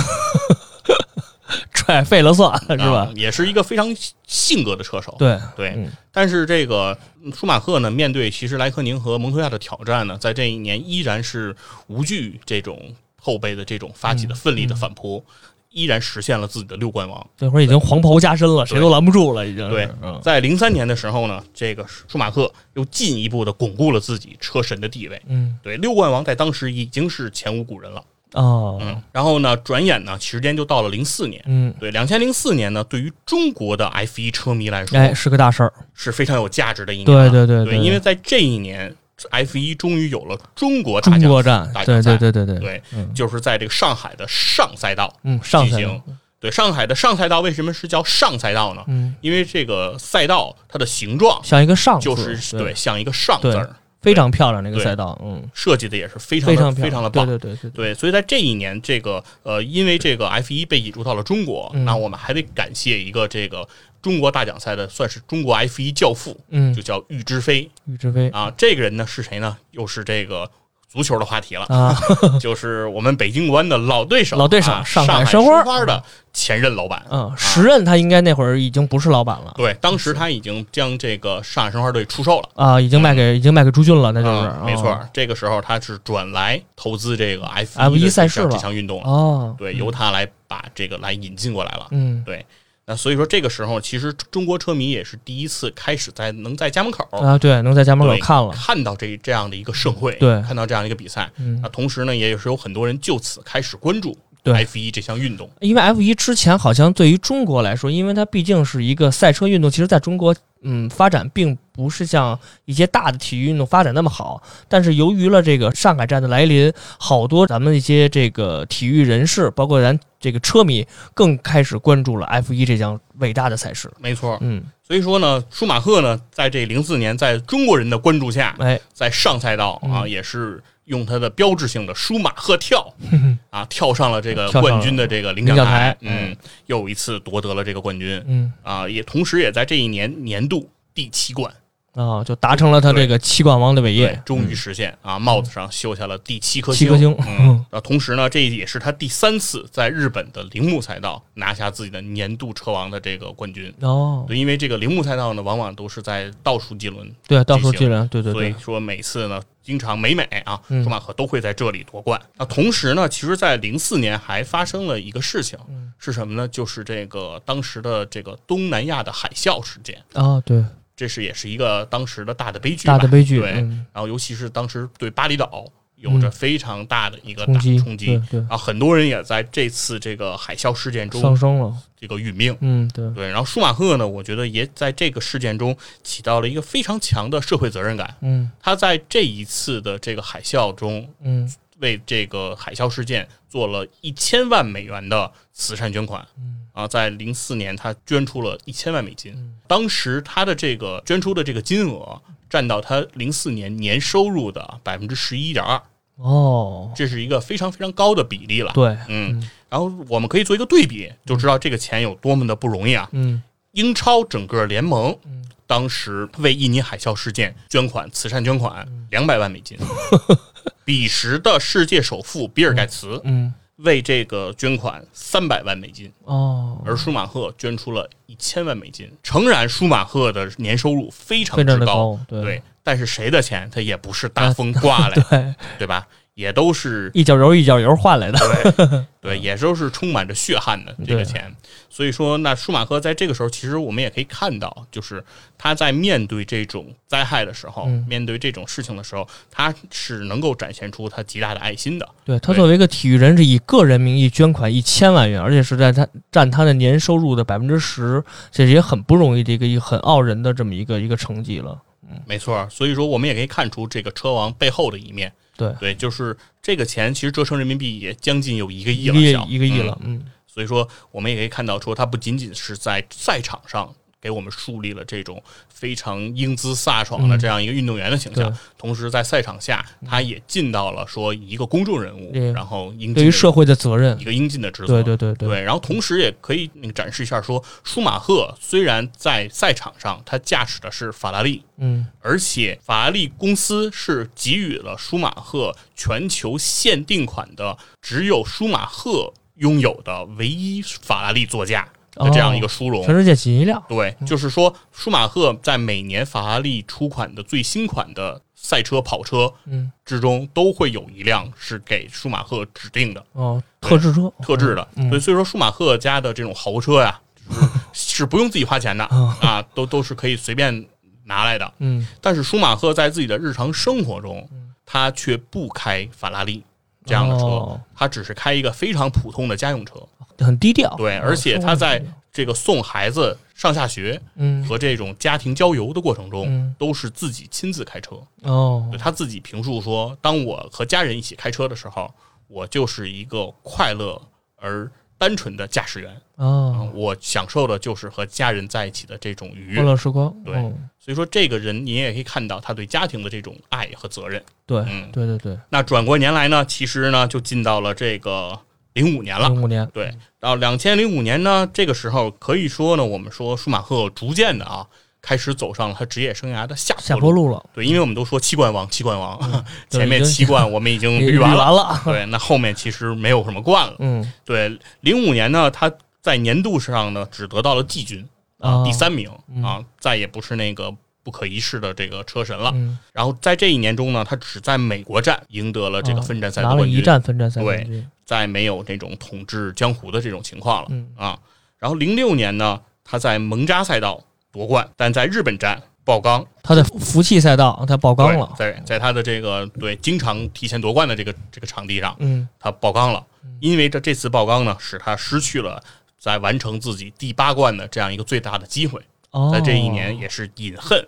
Speaker 2: 踹废了算 *laughs* 是
Speaker 1: 啊
Speaker 2: 吧？
Speaker 1: 也是一个非常性格的车手。
Speaker 2: 对，
Speaker 1: 对
Speaker 2: 嗯
Speaker 1: 但是这个嗯舒马赫呢，面对其实莱克宁和蒙托亚的挑战呢，在这一年依然是无惧这种后辈的这种发起
Speaker 2: 嗯
Speaker 1: 的奋力的反扑，依然实现了自己的六冠王。
Speaker 2: 这会儿已经黄袍加身了，谁都拦不住了，已经是
Speaker 1: 对
Speaker 2: 嗯
Speaker 1: 在零三年的时候呢，这个舒马赫又进一步的巩固了自己车神的地位。
Speaker 2: 嗯
Speaker 1: 对，六冠王在当时已经是前无古人了。
Speaker 2: 哦
Speaker 1: 然后呢，转眼呢，时间就到了零四年。
Speaker 2: 嗯，
Speaker 1: 对，两千零四年呢，对于中国的 F 一车迷来说、
Speaker 2: 哎，是个大事儿，
Speaker 1: 是非常有价值的一年啊。
Speaker 2: 对对对
Speaker 1: 对因为在这一年，F 一终于有了中国大
Speaker 2: 中
Speaker 1: 奖
Speaker 2: 国站
Speaker 1: 大，奖
Speaker 2: 对
Speaker 1: 赛
Speaker 2: 对对对对，
Speaker 1: 对，
Speaker 2: 嗯
Speaker 1: 就是在这个上海的上赛道
Speaker 2: 嗯，上
Speaker 1: 进
Speaker 2: 赛
Speaker 1: 行。对，上海的上赛道为什么是叫上赛道呢？
Speaker 2: 嗯，
Speaker 1: 因为这个赛道它的形状
Speaker 2: 像一个上
Speaker 1: 就
Speaker 2: 字
Speaker 1: 是
Speaker 2: 对，
Speaker 1: 像一个上字儿，
Speaker 2: 非常漂亮那个
Speaker 1: 对
Speaker 2: 赛道，嗯，
Speaker 1: 设计的也是非常
Speaker 2: 非
Speaker 1: 的
Speaker 2: 常
Speaker 1: 非
Speaker 2: 漂
Speaker 1: 常
Speaker 2: 亮
Speaker 1: 的棒。
Speaker 2: 对对对对，
Speaker 1: 对，所以在这一年，这个呃，因为这个 F 一被引入到了中国，
Speaker 2: 嗯
Speaker 1: 那我们还得感谢一个这个中国大奖赛的，算是中国 F 一教父，
Speaker 2: 嗯
Speaker 1: 就，叫郁之飞
Speaker 2: 于
Speaker 1: *laughs*
Speaker 2: 志飞
Speaker 1: 啊。这个人呢是谁呢？又是这个足球的话题了，
Speaker 2: 啊，
Speaker 1: 就是我们北京国安的老对手，
Speaker 2: *laughs* 老对手
Speaker 1: 啊、
Speaker 2: 上海
Speaker 1: 海
Speaker 2: 申花
Speaker 1: 花的前任老板。
Speaker 2: 嗯，时任他应该那会儿已经不是老板了。
Speaker 1: 对，当时他已经将这个上海申花队出售了。
Speaker 2: 啊，已经卖给已经卖给朱俊了，那就是、
Speaker 1: 嗯啊没错
Speaker 2: 哦
Speaker 1: 儿，这个时候他是转来投资这个 F
Speaker 2: F1
Speaker 1: 一
Speaker 2: 赛事了
Speaker 1: 这项运动了。
Speaker 2: 哦，
Speaker 1: 对，由他来把这个来引进过来了。
Speaker 2: 嗯
Speaker 1: 那所以说，这个时候其实中国车迷也是第一次开始在能在家门口
Speaker 2: 啊，对，能在家门口
Speaker 1: 对
Speaker 2: 看了，
Speaker 1: 看到这这样的一个盛会，
Speaker 2: 对
Speaker 1: 看到这样一个比赛。
Speaker 2: 嗯
Speaker 1: 那，同时呢，也是有很多人就此开始关注
Speaker 2: 对
Speaker 1: F 一这项运动。
Speaker 2: 因为 F 一之前好像对于中国来说，因为它毕竟是一个赛车运动，其实在中国嗯发展并不是像一些大的体育运动发展那么好。但是由于了这个上海站的来临，好多咱们一些这个体育人士，包括咱这个车迷，更开始关注了 F 一这项伟大的赛事。
Speaker 1: 没错，
Speaker 2: 嗯，
Speaker 1: 所以说呢，舒马赫呢，在这零四年在中国人的关注下，
Speaker 2: 哎，
Speaker 1: 在上赛道啊，
Speaker 2: 嗯
Speaker 1: 也是用他的标志性的舒马赫跳 *laughs* 啊，跳上了这个
Speaker 2: 嗯跳上了
Speaker 1: 冠军的这个领
Speaker 2: 领
Speaker 1: 奖
Speaker 2: 奖台
Speaker 1: 嗯，又一次夺得了这个冠军
Speaker 2: 嗯
Speaker 1: 啊，也同时也在这一年年度第七冠。
Speaker 2: 啊，就达成了他这个七冠王的伟
Speaker 1: 对
Speaker 2: 业，，
Speaker 1: 终于实现啊！帽子上绣下了第七颗
Speaker 2: 嗯七颗星。
Speaker 1: 嗯，那同时呢，这也是他第三次在日本的铃木赛道拿下自己的年度车王的这个冠军。
Speaker 2: 哦，
Speaker 1: 对，因为这个铃木赛道呢，往往都是在倒数几轮，
Speaker 2: 对，啊到时候
Speaker 1: 进行
Speaker 2: 巨人，对对
Speaker 1: 所
Speaker 2: 对
Speaker 1: 以，说每次呢，经常每每啊，
Speaker 2: 嗯
Speaker 1: 舒马赫都会在这里夺冠。那同时呢，其实，在零四年还发生了一个事情，
Speaker 2: 嗯
Speaker 1: 是什么呢？就是这个当时的这个东南亚的海啸事件，
Speaker 2: 啊，对，
Speaker 1: 这是也是一个当时的大的悲剧吧，
Speaker 2: 大的悲剧，
Speaker 1: 对，
Speaker 2: 嗯，
Speaker 1: 然后尤其是当时对巴厘岛有着非常大的一个大
Speaker 2: 冲击，
Speaker 1: 冲击，
Speaker 2: 对
Speaker 1: 然后很多人也在这次这个海啸事件
Speaker 2: 对，丧
Speaker 1: 中
Speaker 2: 生了，
Speaker 1: 这个殒命。
Speaker 2: 嗯，对，
Speaker 1: 对，然后舒马赫呢，我觉得也在这个事件中起到了一个非常强的社会责任感。
Speaker 2: 嗯
Speaker 1: 他在这一次的这个海啸中，
Speaker 2: 嗯，
Speaker 1: 为这个海啸事件做了一千万美元的慈善捐款。啊，在零四年他捐出了一千万美金，当时他的这个捐出的这个金额占到他零四年年收入的百分之十一点二，
Speaker 2: 哦，
Speaker 1: 这是一个非常非常高的比例了。
Speaker 2: 对，
Speaker 1: 嗯，然后我们可以做一个对比，就知道这个钱有多么的不容易啊！
Speaker 2: 嗯
Speaker 1: 英超整个联盟
Speaker 2: 嗯
Speaker 1: 当时为印尼海啸事件捐款慈善捐款
Speaker 2: 嗯
Speaker 1: 两百万美
Speaker 2: *laughs*
Speaker 1: 金，彼时的世界首富比尔盖茨
Speaker 2: 嗯，
Speaker 1: 为这个捐款三百万美金，
Speaker 2: 哦，
Speaker 1: 而舒马赫捐出了一千万美金。诚然，舒马赫的年收入非常
Speaker 2: 非常
Speaker 1: 之
Speaker 2: 的
Speaker 1: 高，
Speaker 2: 高，对啊
Speaker 1: 对，但是谁的钱他也不是大风刮来，
Speaker 2: *laughs* 对，
Speaker 1: 对吧？也都是
Speaker 2: 一脚油一脚油换来的。
Speaker 1: 对对，也都是充满着血汗的这个
Speaker 2: 嗯对
Speaker 1: 钱。所以说，那舒马赫在这个时候，其实我们也可以看到，就是他在面对这种灾害的时候，
Speaker 2: 嗯
Speaker 1: 面对这种事情的时候，他是能够展现出他极大的爱心的。
Speaker 2: 对他
Speaker 1: 对
Speaker 2: 作为一个体育人，是以个人名义捐款一千万元，而且是在他占他的年收入的百分之十，这也很不容易的一个一个很傲人的这么一个一个成绩了。
Speaker 1: 没错儿，所以说我们也可以看出这个车王背后的一面。
Speaker 2: 对
Speaker 1: 对，就是这个钱其实折成人民币也将近有一个亿
Speaker 2: 一
Speaker 1: 了
Speaker 2: 个亿
Speaker 1: 小，
Speaker 2: 一个亿
Speaker 1: 嗯
Speaker 2: 了，嗯，
Speaker 1: 所以说，我们也可以看到，说他不仅仅是在赛场上给我们树立了这种非常英姿飒爽的
Speaker 2: 嗯
Speaker 1: 这样一个运动员的形象，
Speaker 2: 对嗯
Speaker 1: 同时在赛场下，他也尽到了说一个公众人物，
Speaker 2: 对
Speaker 1: 然后应尽
Speaker 2: 对于
Speaker 1: 的
Speaker 2: 社会的责任
Speaker 1: 一，个应尽的职责。
Speaker 2: 对对对
Speaker 1: 对
Speaker 2: 对
Speaker 1: 然后同时也可以那个展示一下说，舒马赫虽然在赛场上他驾驶的是法拉利，
Speaker 2: 嗯，
Speaker 1: 而且法拉利公司是给予了舒马赫全球限定款的只有舒马赫拥有的唯一法拉利座驾的这样一个殊荣。
Speaker 2: 全世界仅一辆，
Speaker 1: 对，就是说舒马赫在每年法拉利出款的最新款的赛车跑车
Speaker 2: 嗯，
Speaker 1: 之中，都会有一辆是给舒马赫指定的
Speaker 2: 哦，特制车，
Speaker 1: 特制的。所以，所以说舒马赫家的这种豪车呀、是是不用自己花钱的啊，都都是可以随便拿来的。
Speaker 2: 嗯，
Speaker 1: 但是舒马赫在自己的日常生活中，他却不开法拉利这样的车，
Speaker 2: 哦
Speaker 1: 他只是开一个非常普通的家用车。
Speaker 2: 很低调，
Speaker 1: 对，
Speaker 2: 哦
Speaker 1: 而且
Speaker 2: 生活
Speaker 1: 他
Speaker 2: 很
Speaker 1: 在
Speaker 2: 低调
Speaker 1: 这个送孩子上下学
Speaker 2: 嗯
Speaker 1: 和这种家庭郊游的过程中，
Speaker 2: 嗯
Speaker 1: 都是自己亲自开车。
Speaker 2: 哦
Speaker 1: 对，他自己评述说，当我和家人一起开车的时候，我就是一个快乐而单纯的驾驶员。嗯
Speaker 2: 哦，
Speaker 1: 我享受的就是和家人在一起的这种愉悦
Speaker 2: 欢。乐时光，
Speaker 1: 对
Speaker 2: 嗯
Speaker 1: 所以说，这个人你也可以看到他对家庭的这种爱和责任。
Speaker 2: 对
Speaker 1: 嗯
Speaker 2: 对对对，
Speaker 1: 那转过年来呢，其实呢就进到了这个零五年了。
Speaker 2: 零五年，
Speaker 1: 对，到两千零五年呢，这个时候可以说呢，我们说舒马赫逐渐的啊，开始走上了他职业生涯的下
Speaker 2: 下
Speaker 1: 坡
Speaker 2: 坡。路了，
Speaker 1: 对，因为我们都说七冠王，七冠王，
Speaker 2: 对
Speaker 1: 前面
Speaker 2: *laughs* 已经
Speaker 1: 七冠我们已经
Speaker 2: 捋
Speaker 1: 嗯捋完了。
Speaker 2: 完了，
Speaker 1: 对，那后面其实没有什么冠了。
Speaker 2: 嗯
Speaker 1: 对，零五年呢，他在年度上呢只得到了季军
Speaker 2: 啊，
Speaker 1: 第三名啊，再也不是那个不可一世的这个车神了。
Speaker 2: 嗯。
Speaker 1: 然后在这一年中呢，他只在美国站赢得了这个分站赛的
Speaker 2: 哦拿了
Speaker 1: 冠
Speaker 2: 啊一
Speaker 1: 军，
Speaker 2: 战分站赛
Speaker 1: 对
Speaker 2: 冠军，
Speaker 1: 再没有那种统治江湖的这种情况了、
Speaker 2: 嗯
Speaker 1: 啊。然后零六年呢，他在蒙扎赛道夺冠，但在日本站爆缸，
Speaker 2: 他的服气赛道他爆缸
Speaker 1: 对
Speaker 2: 了，
Speaker 1: 在在他的这个对经常提前夺冠的这个这个场地上，
Speaker 2: 嗯，
Speaker 1: 他爆缸了。因为这这次爆缸呢，使他失去了在完成自己第八冠的这样一个最大的机会，
Speaker 2: 哦，嗯
Speaker 1: 在这一年也是隐恨。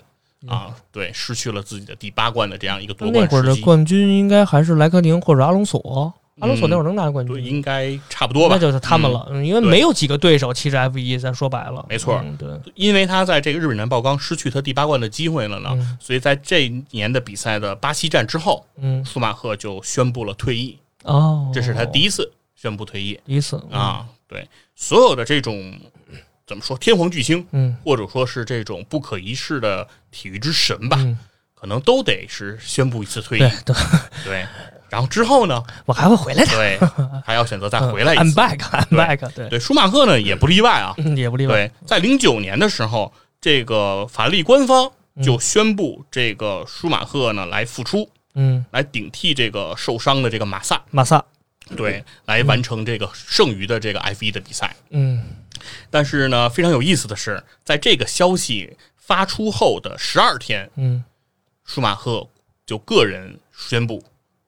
Speaker 1: 啊，对，失去了自己的第八冠的这样一个夺
Speaker 2: 那
Speaker 1: 冠
Speaker 2: 会儿
Speaker 1: 时
Speaker 2: 的
Speaker 1: 机，
Speaker 2: 冠军应该还是莱科宁或者阿隆索，阿隆索
Speaker 1: 嗯
Speaker 2: 那会儿能拿冠
Speaker 1: 对，
Speaker 2: 军，
Speaker 1: 应该差不多吧，
Speaker 2: 那就是他们
Speaker 1: 嗯
Speaker 2: 了，嗯因为
Speaker 1: 对
Speaker 2: 没有几个对手，其实 F 一咱说白了，
Speaker 1: 没错
Speaker 2: 嗯对，
Speaker 1: 因为他在这个日本站爆缸失去他第八冠的机会了呢，
Speaker 2: 嗯
Speaker 1: 所以在这一年的比赛的巴西站之后，
Speaker 2: 嗯，
Speaker 1: 舒马赫就宣布了退役，
Speaker 2: 哦，嗯
Speaker 1: 这是他第
Speaker 2: 一
Speaker 1: 一次宣布退役、
Speaker 2: 第一次，
Speaker 1: 啊。对，所有的这种怎么说天皇巨星，
Speaker 2: 嗯
Speaker 1: 或者说是这种不可一世的体育之神吧，
Speaker 2: 嗯，
Speaker 1: 可能都得是宣布一次退役
Speaker 2: 对。对，
Speaker 1: 对，然后之后呢，
Speaker 2: 我还会回来的， *laughs*
Speaker 1: 对，还要选择再回来一
Speaker 2: ，I'm
Speaker 1: 次。
Speaker 2: back，I'm
Speaker 1: 对
Speaker 2: back，对，
Speaker 1: 对，舒马赫呢也不例外啊，
Speaker 2: 嗯也不例外，
Speaker 1: 对，在零九年的时候，这个法拉利官方就宣布这个舒马赫呢来复出，
Speaker 2: 嗯，
Speaker 1: 来顶替这个受伤的这个马萨，
Speaker 2: 马萨，
Speaker 1: 对，来完成这个剩余的这个 F 一的比赛。
Speaker 2: 嗯，
Speaker 1: 但是呢，非常有意思的是，在这个消息发出后的十二天，
Speaker 2: 嗯，
Speaker 1: 舒马赫就个人宣布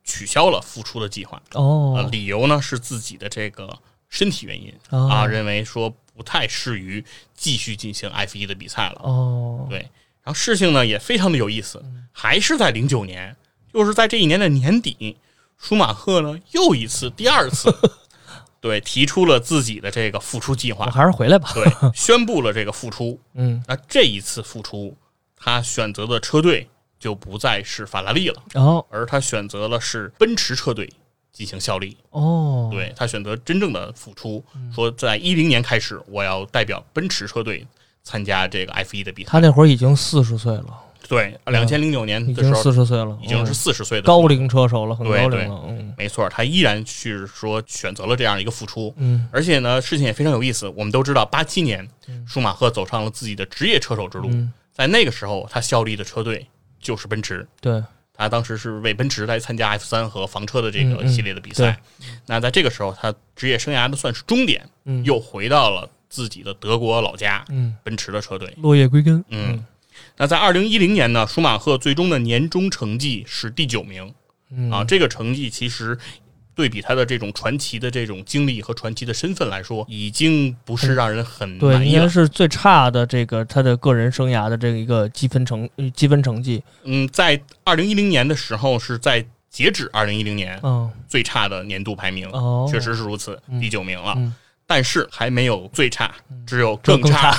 Speaker 1: 取消了复出的计划，呃，
Speaker 2: 哦，
Speaker 1: 理由呢是自己的这个身体原因、
Speaker 2: 哦
Speaker 1: 啊，认为说不太适于继续进行 F 一的比赛了。
Speaker 2: 哦，嗯
Speaker 1: 对，然后事情呢也非常的有意思，还是在零九年，就是在这一年的年底，舒马赫呢又一次第二
Speaker 2: *laughs*
Speaker 1: 次，对，提出了自己的这个复出计
Speaker 2: 我 *laughs*
Speaker 1: 划，
Speaker 2: 还是回来吧，
Speaker 1: 对，宣布了这个复出。
Speaker 2: 嗯，
Speaker 1: 那这一次复出，他选择的车队就不再是法拉利了，
Speaker 2: 然后，
Speaker 1: 而他选择了是奔驰车队。进行效力，
Speaker 2: 哦，，
Speaker 1: 对他选择真正的复出，
Speaker 2: 嗯
Speaker 1: 说在一零年开始，我要代表奔驰车队参加这个 F 一的比赛。
Speaker 2: 他那会儿已经四十岁了。
Speaker 1: 对，两千零九年
Speaker 2: 嗯已
Speaker 1: 的时
Speaker 2: 经
Speaker 1: 候
Speaker 2: 四十岁了，
Speaker 1: 已经是
Speaker 2: 嗯
Speaker 1: 四十岁的
Speaker 2: 高龄车手了，很
Speaker 1: 对
Speaker 2: 高
Speaker 1: 对
Speaker 2: 龄了。嗯
Speaker 1: 没错，他依然是说选择了这样一个复出。
Speaker 2: 嗯，
Speaker 1: 而且呢，事情也非常有意思。我们都知道，八七年舒马赫走上了自己的职业车手之路，
Speaker 2: 嗯
Speaker 1: 在那个时候，他效力的车队就是奔驰，
Speaker 2: 对，
Speaker 1: 他他当时是为奔驰来参加 F 三和房车的这
Speaker 2: 嗯
Speaker 1: 个
Speaker 2: 嗯
Speaker 1: 系列的比赛。那在这个时候，他职业生涯的算是终点，
Speaker 2: 嗯
Speaker 1: 又回到了自己的德国老家
Speaker 2: 嗯，
Speaker 1: 奔驰的车队。
Speaker 2: 落叶归根，
Speaker 1: 嗯，那在二零一零年呢，舒马赫最终的年终成绩是第九名
Speaker 2: 嗯
Speaker 1: 啊。这个成绩其实对比他的这种传奇的这种经历和传奇的身份来说，已经不是让人很
Speaker 2: 对，
Speaker 1: 满意
Speaker 2: 应该
Speaker 1: 了。
Speaker 2: 是最差的这个他的个人生涯的这个一个积分成呃积分成绩，
Speaker 1: 嗯，在二零一零年的时候是在截止二零一零年
Speaker 2: 嗯
Speaker 1: 最差的年度排名，
Speaker 2: 哦，
Speaker 1: 确实是如此，
Speaker 2: 嗯
Speaker 1: 第九名了。
Speaker 2: 嗯
Speaker 1: 但是还没有最差，只有
Speaker 2: 这
Speaker 1: 更
Speaker 2: 更
Speaker 1: 差。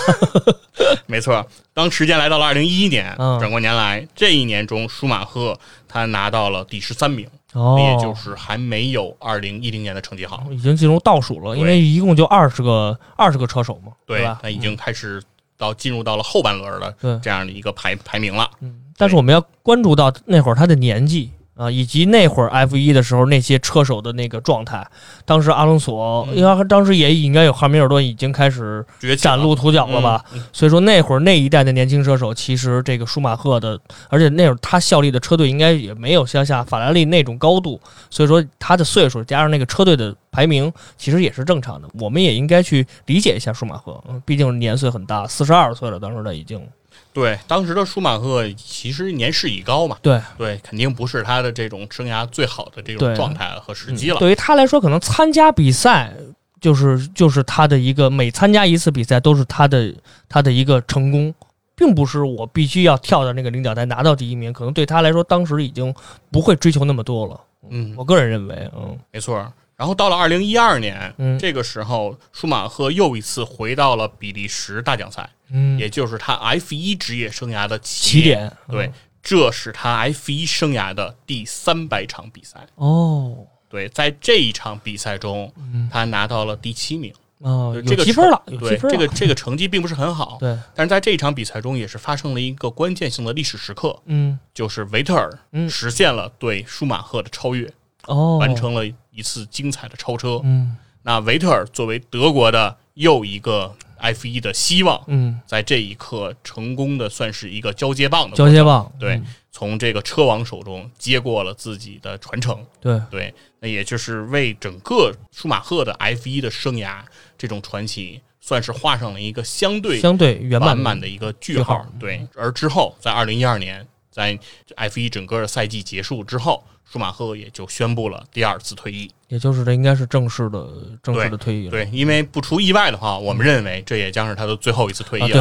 Speaker 1: *laughs* 没错，当时间来到了二零一一年，
Speaker 2: 嗯
Speaker 1: 转过年来，这一年中，舒马赫他拿到了第十三名，
Speaker 2: 哦，嗯
Speaker 1: 也就是还没有二零一零年的成绩好。
Speaker 2: 已经进入倒数了，
Speaker 1: 对
Speaker 2: 因为一共就二十个二十个车手嘛，
Speaker 1: 对
Speaker 2: 吧，嗯
Speaker 1: 他？已经开始到进入到了后半轮了
Speaker 2: 对，嗯
Speaker 1: 这样的一个排排名了。
Speaker 2: 但是我们要关注到那会儿他的年纪啊，以及那会儿 F 一的时候那些车手的那个状态。当时阿隆索，
Speaker 1: 嗯
Speaker 2: 因为他当时也应该有汉密尔顿已经开始
Speaker 1: 崛起了
Speaker 2: 崭露头角了吧？所以说那会儿那一代的年轻车手，其实这个舒马赫的，而且那会儿他效力的车队应该也没有像下法拉利那种高度，所以说他的岁数加上那个车队的排名，其实也是正常的。我们也应该去理解一下舒马赫，嗯毕竟年岁很大，四十二岁了，当时他已经
Speaker 1: 对，当时的舒马赫其实年事已高嘛，
Speaker 2: 对。
Speaker 1: 对，肯定不是他的这种生涯最好的这
Speaker 2: 对
Speaker 1: 种状态和时
Speaker 2: 嗯
Speaker 1: 机了。
Speaker 2: 对于他来说，可能参加比赛就是就是他的一个每参加一次比赛都是他的他的一个成功，并不是我必须要跳到那个领奖台拿到第一名。可能对他来说，当时已经不会追求那么多了。
Speaker 1: 嗯
Speaker 2: 我个人认为，嗯
Speaker 1: 没错。然后到了二零一二年，
Speaker 2: 嗯
Speaker 1: 这个时候舒马赫又一次回到了比利时大奖赛，
Speaker 2: 嗯，
Speaker 1: 也就是他 F 一职业生涯的起
Speaker 2: 起
Speaker 1: 点。
Speaker 2: 点嗯
Speaker 1: 对，这是他 F 一生涯的第三百场比赛。
Speaker 2: 哦
Speaker 1: 对，在这一场比赛中，他拿到了第七名，
Speaker 2: 哦，
Speaker 1: 这个
Speaker 2: 嗯有积分了，
Speaker 1: 成
Speaker 2: 有积
Speaker 1: 对，
Speaker 2: 分
Speaker 1: 这
Speaker 2: 了，
Speaker 1: 个这个成绩并不是很好，
Speaker 2: 对，
Speaker 1: 但是在这一场比赛中，也是发生了一个关键性的历史时刻，
Speaker 2: 嗯
Speaker 1: 就是维特尔
Speaker 2: 嗯
Speaker 1: 实现了对舒马赫的超越，
Speaker 2: 哦，
Speaker 1: 完成了一次精彩的超车。
Speaker 2: 嗯
Speaker 1: 那维特尔作为德国的又一个 F 一的希望，
Speaker 2: 嗯，
Speaker 1: 在这一刻成功的算是一个交接棒的
Speaker 2: 交
Speaker 1: 过程
Speaker 2: 接嗯棒，
Speaker 1: 对，从这个车王手中接过了自己的传承，
Speaker 2: 对，
Speaker 1: 对，那也就是为整个舒马赫的 F 一的生涯这种传奇，算是画上了一个相对
Speaker 2: 相对圆
Speaker 1: 完
Speaker 2: 满
Speaker 1: 满的一个句号
Speaker 2: 句号。嗯
Speaker 1: 对，而之后在二零一二年，在 F 一整个的赛季结束之后，舒马赫也就宣布了第二次退役。
Speaker 2: 也就是这应该是正式的正式的退役了。
Speaker 1: 对，因为不出意外的话，我们认为这也将是他的最后一次退
Speaker 2: 啊，
Speaker 1: 役
Speaker 2: 对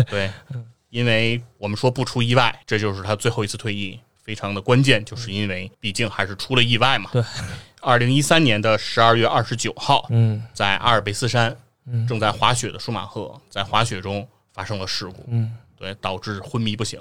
Speaker 1: 了。对，因为我们说不出意外，这就是他最后一次退役，非常的关键，就是因为毕竟还是出了意外嘛。
Speaker 2: 对，
Speaker 1: 二零一三年的十二月二十九号，
Speaker 2: 嗯
Speaker 1: 在阿尔卑斯山
Speaker 2: 嗯
Speaker 1: 正在滑雪的舒马赫在滑雪中发生了事故，
Speaker 2: 嗯，
Speaker 1: 对，导致昏迷不醒。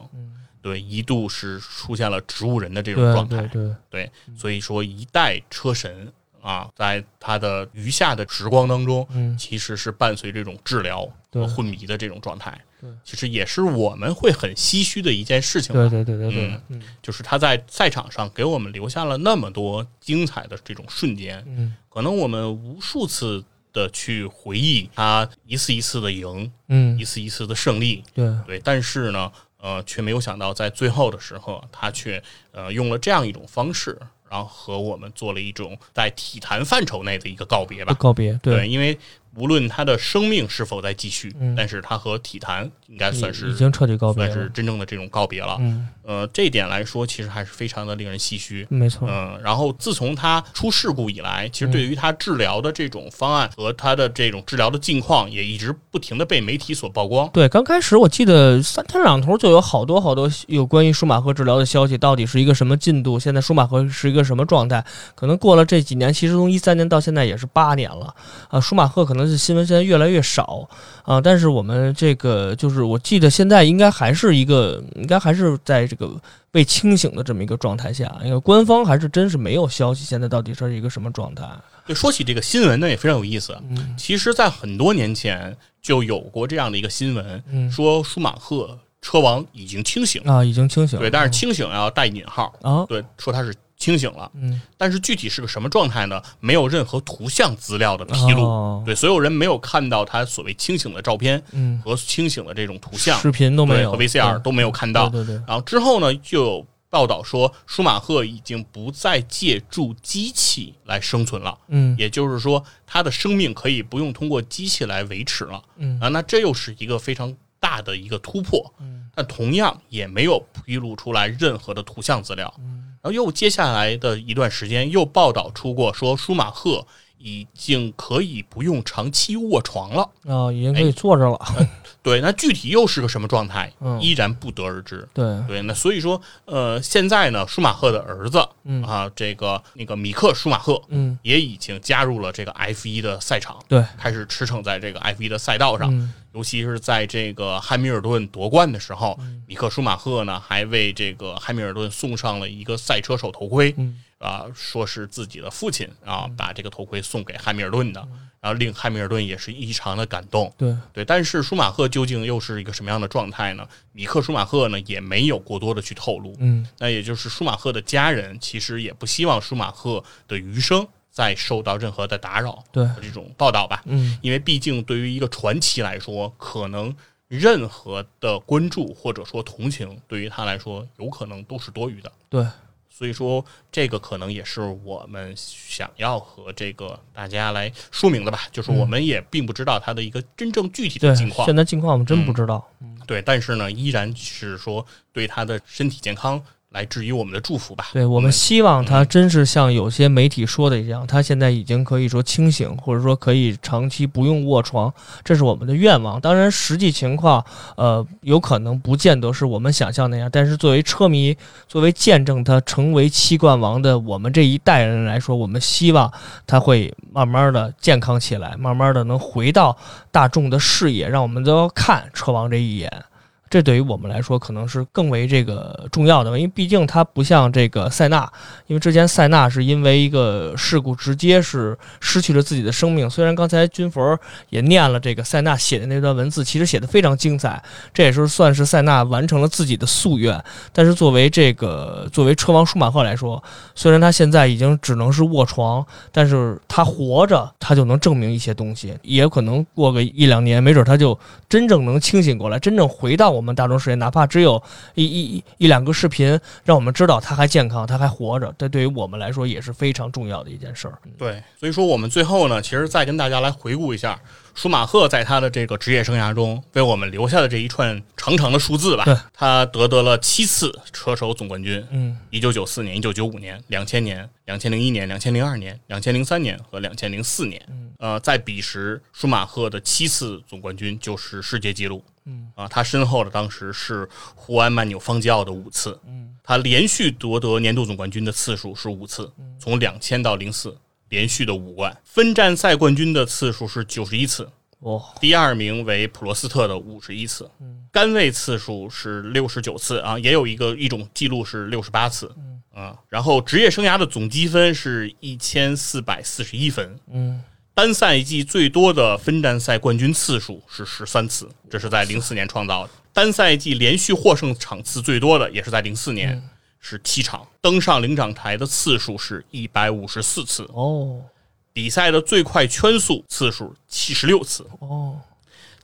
Speaker 1: 对，一度是出现了植物人的这种
Speaker 2: 对
Speaker 1: 状态。
Speaker 2: 对对，
Speaker 1: 对，
Speaker 2: 嗯
Speaker 1: 所以说一代车神啊，在他的余下的时光当中，
Speaker 2: 嗯
Speaker 1: 其实是伴随这种治疗
Speaker 2: 对
Speaker 1: 和昏迷的这种状态
Speaker 2: 对，
Speaker 1: 其实也是我们会很唏嘘的一件事情吧。
Speaker 2: 对对对对对
Speaker 1: 嗯，
Speaker 2: 嗯
Speaker 1: 就是他在赛场上给我们留下了那么多精彩的这种瞬间，
Speaker 2: 嗯
Speaker 1: 可能我们无数次的去回忆他一次一次的赢，
Speaker 2: 嗯
Speaker 1: 一，次一次的胜利，
Speaker 2: 对，
Speaker 1: 对，但是呢，呃，却没有想到在最后的时候，他却呃用了这样一种方式，然后和我们做了一种在体坛范畴内的一个告别吧。
Speaker 2: 告别，
Speaker 1: 对，，因为无论他的生命是否在继续，
Speaker 2: 嗯
Speaker 1: 但是他和体坛应该算
Speaker 2: 已
Speaker 1: 是
Speaker 2: 经彻底告别
Speaker 1: 算是
Speaker 2: 了。
Speaker 1: 真正的这种告别了。
Speaker 2: 嗯，
Speaker 1: 呃，这一点来说，其实还是非常的令人唏嘘。
Speaker 2: 没错，
Speaker 1: 嗯，然后自从他出事故以来，其实
Speaker 2: 嗯
Speaker 1: 对于他治疗的这种方案和他的这种治疗的近况，也一直不停的被媒体所曝光。
Speaker 2: 对，刚开始我记得三天两头就有好多好多有关于舒马赫治疗的消息，到底是一个什么进度？现在舒马赫是一个什么状态？可能过了这几年，其实从一三年到现在也是八年了啊。舒马赫可能是新闻现在越来越少啊，但是我们这个就是我记得现在应该还是一个，应该还是在这个被清醒的这么一个状态下，因为官方还是真是没有消息，现在到底是一个什么状态？
Speaker 1: 对，说起这个新闻呢，也非常有意思。啊
Speaker 2: 嗯
Speaker 1: 其实，在很多年前就有过这样的一个新闻，
Speaker 2: 嗯
Speaker 1: 说舒马赫车王已经清醒，
Speaker 2: 啊，已经清醒了
Speaker 1: 对，但是清醒要带引号，
Speaker 2: 啊，
Speaker 1: 对，说他是清醒了，
Speaker 2: 嗯，
Speaker 1: 但是具体是个什么状态呢？没有任何图像资料的披露，
Speaker 2: 哦
Speaker 1: 对，所有人没有看到他所谓清醒的照片
Speaker 2: 嗯，
Speaker 1: 和清醒的这种图像
Speaker 2: 视频都没
Speaker 1: 对
Speaker 2: 有
Speaker 1: 和 VCR
Speaker 2: 对
Speaker 1: 都没有看到。
Speaker 2: 对对对，
Speaker 1: 然后之后呢，就有报道说，舒马赫已经不再借助机器来生存了，
Speaker 2: 嗯
Speaker 1: 也就是说，他的生命可以不用通过机器来维持了。
Speaker 2: 嗯
Speaker 1: 啊，那这又是一个非常大的一个突破。
Speaker 2: 嗯
Speaker 1: 但同样也没有披露出来任何的图像资料。
Speaker 2: 嗯
Speaker 1: 然后又接下来的一段时间，又报道出过说舒马赫已经可以不用长期卧床了。
Speaker 2: 哦，已经
Speaker 1: 哎
Speaker 2: 可以坐着了，
Speaker 1: 对，那具体又是个什么状态，
Speaker 2: 嗯
Speaker 1: 依然不得而知。
Speaker 2: 对，
Speaker 1: 对，那所以说，呃，现在呢，舒马赫的儿子
Speaker 2: 嗯
Speaker 1: 啊，这个那个米克舒马赫
Speaker 2: 嗯
Speaker 1: 也已经加入了这个 F 1的赛场，
Speaker 2: 对，
Speaker 1: 开始驰骋在这个 F 1的赛道上。
Speaker 2: 嗯
Speaker 1: 尤其是在这个汉密尔顿夺冠的时候，
Speaker 2: 嗯
Speaker 1: 米克舒马赫呢还为这个汉密尔顿送上了一个赛车手头盔，
Speaker 2: 嗯
Speaker 1: 啊，说是自己的父亲啊把这个头盔送给汉密尔顿的，
Speaker 2: 嗯
Speaker 1: 然后令汉密尔顿也是异常的感动。
Speaker 2: 对，
Speaker 1: 对，但是舒马赫究竟又是一个什么样的状态呢？米克舒马赫呢也没有过多的去透露。
Speaker 2: 嗯
Speaker 1: 那也就是舒马赫的家人其实也不希望舒马赫的余生再受到任何的打扰
Speaker 2: 对，
Speaker 1: 这种报道吧。
Speaker 2: 嗯
Speaker 1: 因为毕竟对于一个传奇来说，可能任何的关注或者说同情，对于他来说，有可能都是多余的。
Speaker 2: 对，
Speaker 1: 所以说，这个可能也是我们想要和这个大家来说明的吧，就是我们也并不知道他的一个真正具体的
Speaker 2: 嗯对，
Speaker 1: 情况嗯
Speaker 2: 现，在近况我们真不知道，
Speaker 1: 对，但是呢，依然是说对他的身体健康来致以我们的祝福吧。
Speaker 2: 对我们希望他真是像有些媒体说的一样，他现在已经可以说清醒，或者说可以长期不用卧床，这是我们的愿望。当然，实际情况，呃，有可能不见得是我们想象那样，但是作为车迷，作为见证他成为七冠王的我们这一代人来说，我们希望他会慢慢的健康起来，慢慢的能回到大众的视野，让我们都要看车王这一眼。这对于我们来说可能是更为这个重要的，因为毕竟它不像这个塞纳，因为之前塞纳是因为一个事故直接是失去了自己的生命。虽然刚才军佛也念了这个塞纳写的那段文字，其实写的非常精彩，这也是算是塞纳完成了自己的夙愿。但是作为这个作为车王舒马赫来说，虽然他现在已经只能是卧床，但是他活着，他就能证明一些东西，也有可能过个一两年，没准他就真正能清醒过来，真正回到我们大众视野，哪怕只有一一一一两个视频，让我们知道他还健康，他还活着，这对于我们来说也是非常重要的一件事儿。
Speaker 1: 对，所以说我们最后呢，其实再跟大家来回顾一下舒马赫在他的这个职业生涯中为我们留下的这一串长长的数字吧
Speaker 2: 对。
Speaker 1: 他得得了七次车手总冠军，
Speaker 2: 嗯
Speaker 1: 一九九四年、一九九五年、两千年、两千零一年、两千零二年、两千零三年和两千零四年。
Speaker 2: 嗯
Speaker 1: 呃，在彼时，舒马赫的七次总冠军就是世界纪录。
Speaker 2: 嗯
Speaker 1: 啊，他身后的当时是胡安·曼纽方基奥的五次，
Speaker 2: 嗯，
Speaker 1: 他连续夺得年度总冠军的次数是五次，
Speaker 2: 嗯
Speaker 1: 从两千到零四连续的五冠，分站赛冠军的次数是九十一次，
Speaker 2: 哦，
Speaker 1: 第二名为普罗斯特的五十一次，杆位次数是六十九次啊，也有一个一种记录是六十八次，啊，然后职业生涯的总积分是一千四百四十一分，
Speaker 2: 嗯
Speaker 1: 单赛季最多的分站赛冠军次数是十三次，这是在零四年创造的。单赛季连续获胜场次最多的也是在零四年，是七场。登上领奖台的次数是一百五十四次，
Speaker 2: *laughs* 哦
Speaker 1: 比赛的最快圈速次数七十六次，
Speaker 2: 哦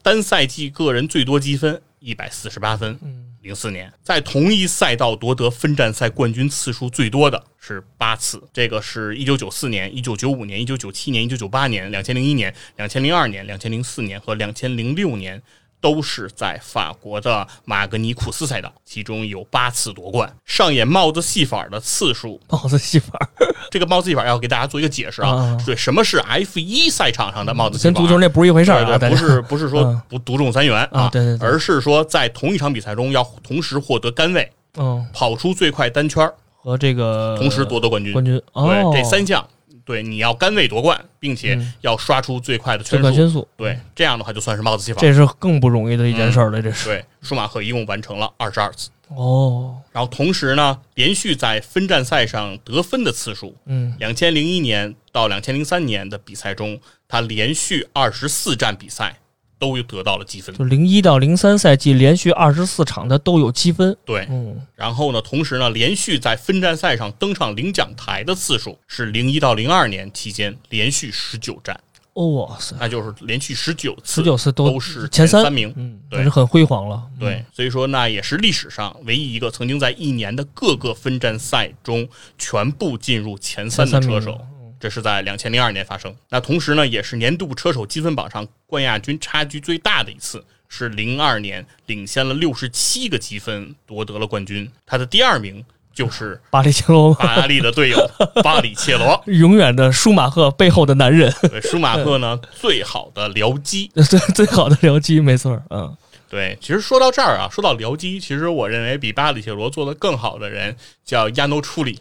Speaker 1: 单赛季个人最多积分一百四十八分。
Speaker 2: 嗯
Speaker 1: 零四年，在同一赛道夺得分站赛冠军次数最多的是八次，这个是一九九四年、一九九五年、一九九七年、一九九八年、两千零一年、两千零二年、两千零四年和两千零六年，都是在法国的马格尼库斯赛道，其中有八次夺冠。上演帽子戏法的次数，
Speaker 2: 帽子戏法儿，
Speaker 1: 这个帽子戏法要给大家做一个解释啊
Speaker 2: 啊，
Speaker 1: 对，什么是 F 一赛场上的帽子戏
Speaker 2: 跟
Speaker 1: 法？
Speaker 2: 足球那不是一回事儿
Speaker 1: 对
Speaker 2: 啊，
Speaker 1: 对
Speaker 2: 大
Speaker 1: 不
Speaker 2: 家
Speaker 1: 是不是说
Speaker 2: 嗯
Speaker 1: 不独中三元
Speaker 2: 啊对对对
Speaker 1: 而是说在同一场比赛中要同时获得杆位、
Speaker 2: *laughs* 嗯
Speaker 1: 跑出最快单圈儿，
Speaker 2: 和这个
Speaker 1: 同时夺得冠军。
Speaker 2: 呃冠军哦，
Speaker 1: 对，这三项，对，你要杆位夺冠，并且
Speaker 2: 嗯
Speaker 1: 要刷出最快的
Speaker 2: 最
Speaker 1: 圈
Speaker 2: 快
Speaker 1: 速。
Speaker 2: 圈速，
Speaker 1: 对，这样的话就算是帽子戏法。
Speaker 2: 这是更不容易的一
Speaker 1: 嗯
Speaker 2: 件事儿了，这是
Speaker 1: 对，舒马赫一共完成了二十二次。
Speaker 2: 哦
Speaker 1: 然后同时呢，连续在分站赛上得分的次数，
Speaker 2: 嗯
Speaker 1: 两千零一年到两千零三年的比赛中，他连续二十四站比赛都得到了积分
Speaker 2: 就。零一到零三赛季连续二十四场，他都有积分。
Speaker 1: 对，
Speaker 2: 嗯，
Speaker 1: 然后呢，同时呢，连续在分站赛上登上领奖台的次数是零一到零二年期间连续十九站。
Speaker 2: 哦，哇塞，
Speaker 1: 那就是连续十九次
Speaker 2: 十九次
Speaker 1: 都是
Speaker 2: 前
Speaker 1: 三名。
Speaker 2: 嗯，
Speaker 1: 对
Speaker 2: 那是很辉煌了。嗯，
Speaker 1: 对，所以说那也是历史上唯一一个曾经在一年的各个分站赛中全部进入前三
Speaker 2: 前
Speaker 1: 的
Speaker 2: 三
Speaker 1: 车
Speaker 2: 名
Speaker 1: 手。这是在两千零二年发生。那同时呢，也是年度车手积分榜上冠亚军差距最大的一次，是零二年领先了六十七个积分，夺得了冠军。他的第二名就是
Speaker 2: 巴黎青龙， *laughs*
Speaker 1: 法拉利的队友巴里切罗。
Speaker 2: 永远的舒马赫背后的男人， *laughs*
Speaker 1: 对，舒马赫呢，最好的僚机。
Speaker 2: 最 *laughs* 最好的僚机，没错儿。嗯，
Speaker 1: 对，其实说到这儿啊，说到僚机，其实我认为比巴里切罗做得更好的人叫亚诺处
Speaker 2: *laughs*
Speaker 1: 里，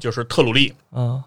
Speaker 1: 就是特鲁利。
Speaker 2: 啊，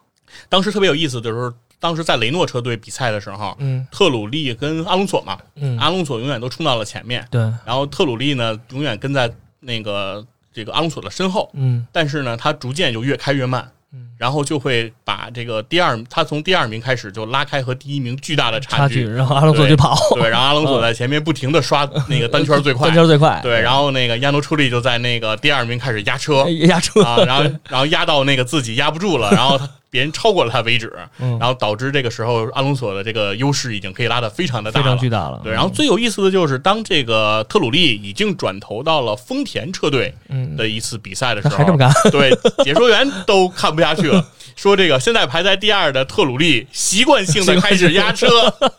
Speaker 1: 当时特别有意思，就是当时在雷诺车队比赛的时候，
Speaker 2: 嗯
Speaker 1: 特鲁利跟阿隆索嘛，
Speaker 2: 嗯
Speaker 1: 阿隆索永远都冲到了前面，
Speaker 2: 对，
Speaker 1: 然后特鲁利呢永远跟在那个这个阿隆索的身后，
Speaker 2: 嗯
Speaker 1: 但是呢，他逐渐就越开越慢。然后就会把这个第二，他从第二名开始就拉开和第一名巨大的
Speaker 2: 差
Speaker 1: 差
Speaker 2: 距，然后阿隆索就跑，
Speaker 1: 对，然后阿隆索在前面不停的刷那个单圈最快
Speaker 2: *laughs* 单，圈最快，
Speaker 1: 对，然后那个亚诺出力就在那个第二名开始压车，
Speaker 2: 哎压车，
Speaker 1: 啊，然后然后压到那个自己压不住了，然后他别人超过了他为止，
Speaker 2: 嗯
Speaker 1: 然后导致这个时候阿隆索的这个优势已经可以拉得非常的大
Speaker 2: 非
Speaker 1: 了
Speaker 2: 常。巨大嗯了。
Speaker 1: 对，然后最有意思的就是，当这个特鲁利已经转投到了丰田车队
Speaker 2: 嗯，
Speaker 1: 的一次比赛的时
Speaker 2: 他
Speaker 1: 候，
Speaker 2: 还这么干，
Speaker 1: 对解说员都看不下去了，说这个现在排在第二的特鲁利习惯性的开始压车， *laughs*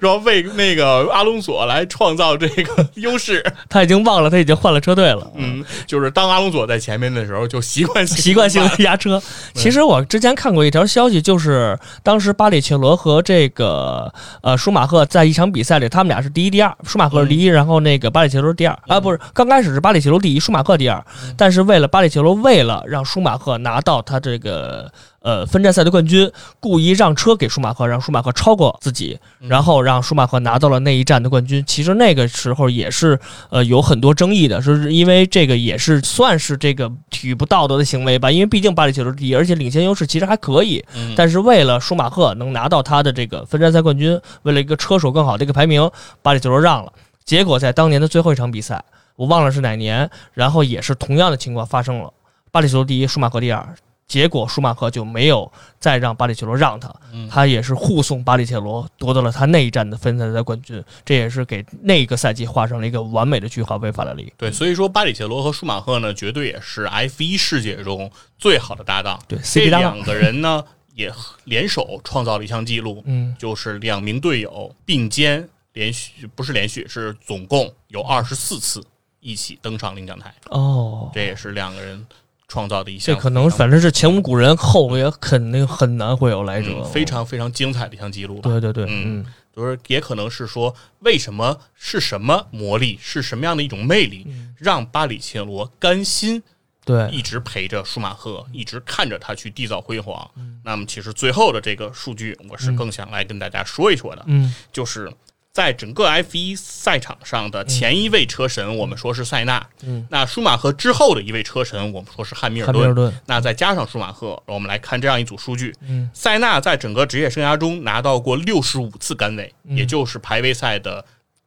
Speaker 1: 然后为那个阿隆索来创造这个优势。
Speaker 2: 他已经忘了他已经换了车队了。
Speaker 1: 嗯，就是当阿隆索在前面的时候，就习惯性
Speaker 2: *laughs* 习惯性的压车。其实我之前看过一条消息，就是当时巴里切罗和这个呃舒马赫在一场比赛里，他们俩是第一、第二，舒马赫是第一，然后那个巴里切罗是第二啊，不是，刚开始是巴里切罗第一，舒马赫第二，但是为了巴里切罗，为了让舒马赫拿到他这个。呃，分站赛的冠军故意让车给舒马赫，让舒马赫超过自己，然后让舒马赫拿到了那一站的冠军。其实那个时候也是呃有很多争议的，说是因为这个也是算是这个体育不道德的行为吧，因为毕竟巴里切罗第一，而且领先优势其实还可以，
Speaker 1: 嗯
Speaker 2: 但是为了舒马赫能拿到他的这个分站赛冠军，为了一个车手更好的一个排名，巴里切罗让了，结果在当年的最后一场比赛，我忘了是哪年，然后也是同样的情况发生了，巴里切罗第一，舒马赫第二。结果舒马赫就没有再让巴里切罗让他，
Speaker 1: 嗯
Speaker 2: 他也是护送巴里切罗夺得了他那一站的分站赛冠军，这也是给那个赛季画上了一个完美的句号，为法拉利。
Speaker 1: 对，所以说巴里切罗和舒马赫呢，绝对也是 F 一世界中最好的搭档。
Speaker 2: 对，CP
Speaker 1: 这
Speaker 2: 搭档，
Speaker 1: 两个人呢，也合联手创造了一项记录，
Speaker 2: 嗯，
Speaker 1: 就是两名队友并肩连续不是连续是总共有二十四次一起登上领奖台，
Speaker 2: 哦，
Speaker 1: 这也是两个人创造的一项
Speaker 2: 这
Speaker 1: 非常。
Speaker 2: 可能反正是前无古人，后也肯定很难会有来者，
Speaker 1: 嗯非常非常精彩的一项记录吧。
Speaker 2: 对对对，
Speaker 1: 嗯
Speaker 2: 嗯，
Speaker 1: 就是也可能是说，为什么是什么魔力，是什么样的一种魅力，让巴里切罗甘心
Speaker 2: 对，
Speaker 1: 一直陪着舒马赫，一直看着他去缔造辉煌。
Speaker 2: 嗯
Speaker 1: 那么，其实最后的这个数据，我是更想来跟大家说一说的，
Speaker 2: 嗯，
Speaker 1: 就是在整个 F 一赛场上的前一位车神，我们说是塞纳。
Speaker 2: 嗯
Speaker 1: 那舒马赫之后的一位车神，我们说是汉密尔
Speaker 2: 汉密尔
Speaker 1: 顿。
Speaker 2: 顿，
Speaker 1: 那再加上舒马赫，我们来看这样一组数据：
Speaker 2: 嗯
Speaker 1: 塞纳在整个职业生涯中拿到过六十五次杆位，
Speaker 2: 嗯
Speaker 1: 也就是排位赛的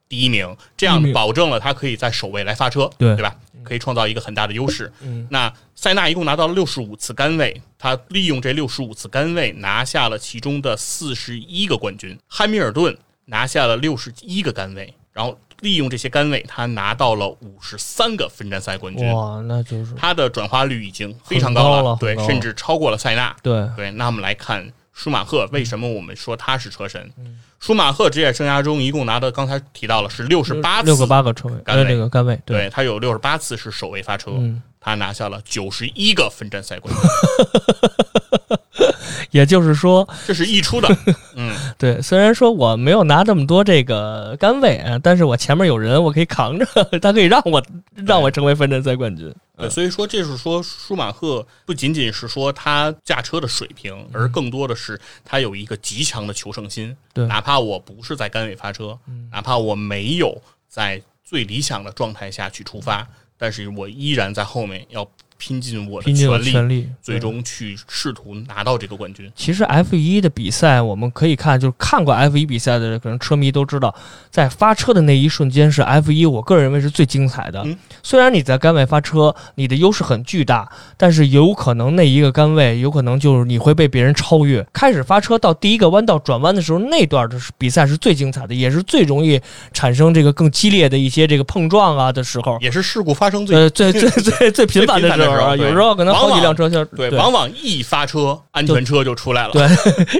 Speaker 1: 第一名，这
Speaker 2: 第一
Speaker 1: 样
Speaker 2: 名
Speaker 1: 保证了他可以在首位来发车，
Speaker 2: 对
Speaker 1: 对吧？可以创造一个很大的优势。
Speaker 2: 嗯
Speaker 1: 那塞纳一共拿到了六十五次杆位，他利用这六十五次杆位拿下了其中的四十一个冠军。汉密尔顿拿下了六十一个杆位，然后利用这些杆位，他拿到了五十三个分站赛冠军。
Speaker 2: 哇，那就是
Speaker 1: 他的转化率已经非常
Speaker 2: 很
Speaker 1: 高
Speaker 2: 高了
Speaker 1: 对
Speaker 2: 很，高了
Speaker 1: 甚至超过了塞纳。
Speaker 2: 对，
Speaker 1: 对，那我们来看舒马赫，为什么我们说他是车神？
Speaker 2: 嗯
Speaker 1: 舒马赫职业生涯中一共拿的，刚才提到了是六十八次，
Speaker 2: 六个八个车位，
Speaker 1: 杆
Speaker 2: 呃，
Speaker 1: 位
Speaker 2: 那个杆位，
Speaker 1: 对，他有六十八次是首位发车，
Speaker 2: 嗯
Speaker 1: 他拿下了九十一个分站赛冠军，
Speaker 2: 也就是说，
Speaker 1: 这是溢出的。 *laughs* 嗯，
Speaker 2: 对，虽然说我没有拿这么多这个杆位啊，但是我前面有人，我可以扛着， *laughs* 他可以让我让我成为分站赛冠军。
Speaker 1: 对，所以说这是说舒马赫不仅仅是说他驾车的水平，而更多的是他有一个极强的求胜心。
Speaker 2: 对
Speaker 1: 哪怕我不是在杆位发车，哪怕我没有在最理想的状态下去出发，但是我依然在后面要拼尽我的
Speaker 2: 拼尽了
Speaker 1: 全力，哦
Speaker 2: 全力，
Speaker 1: 最
Speaker 2: 对
Speaker 1: 终去试图拿到这个冠军。
Speaker 2: 其实 F 一的比赛，我们可以看，就是看过 F 一比赛的可能车迷都知道，在发车的那一瞬间是 F 一，我个人认为是最精彩的。
Speaker 1: 嗯
Speaker 2: 虽然你在杆位发车，你的优势很巨大，但是有可能那一个杆位，有可能就是你会被别人超越。开始发车到第一个弯道转弯的时候，那段的比赛是最精彩的，也是最容易产生这个更激烈的一些这个碰撞啊的时候。
Speaker 1: 也是事故发生最
Speaker 2: 呃，最最最最频繁的
Speaker 1: 最频繁的
Speaker 2: 时候
Speaker 1: 时候
Speaker 2: 啊，有
Speaker 1: 对
Speaker 2: 时候可能
Speaker 1: 往
Speaker 2: 好几
Speaker 1: 往
Speaker 2: 辆车就
Speaker 1: 对，往往一发车，安全车就出来了，
Speaker 2: 对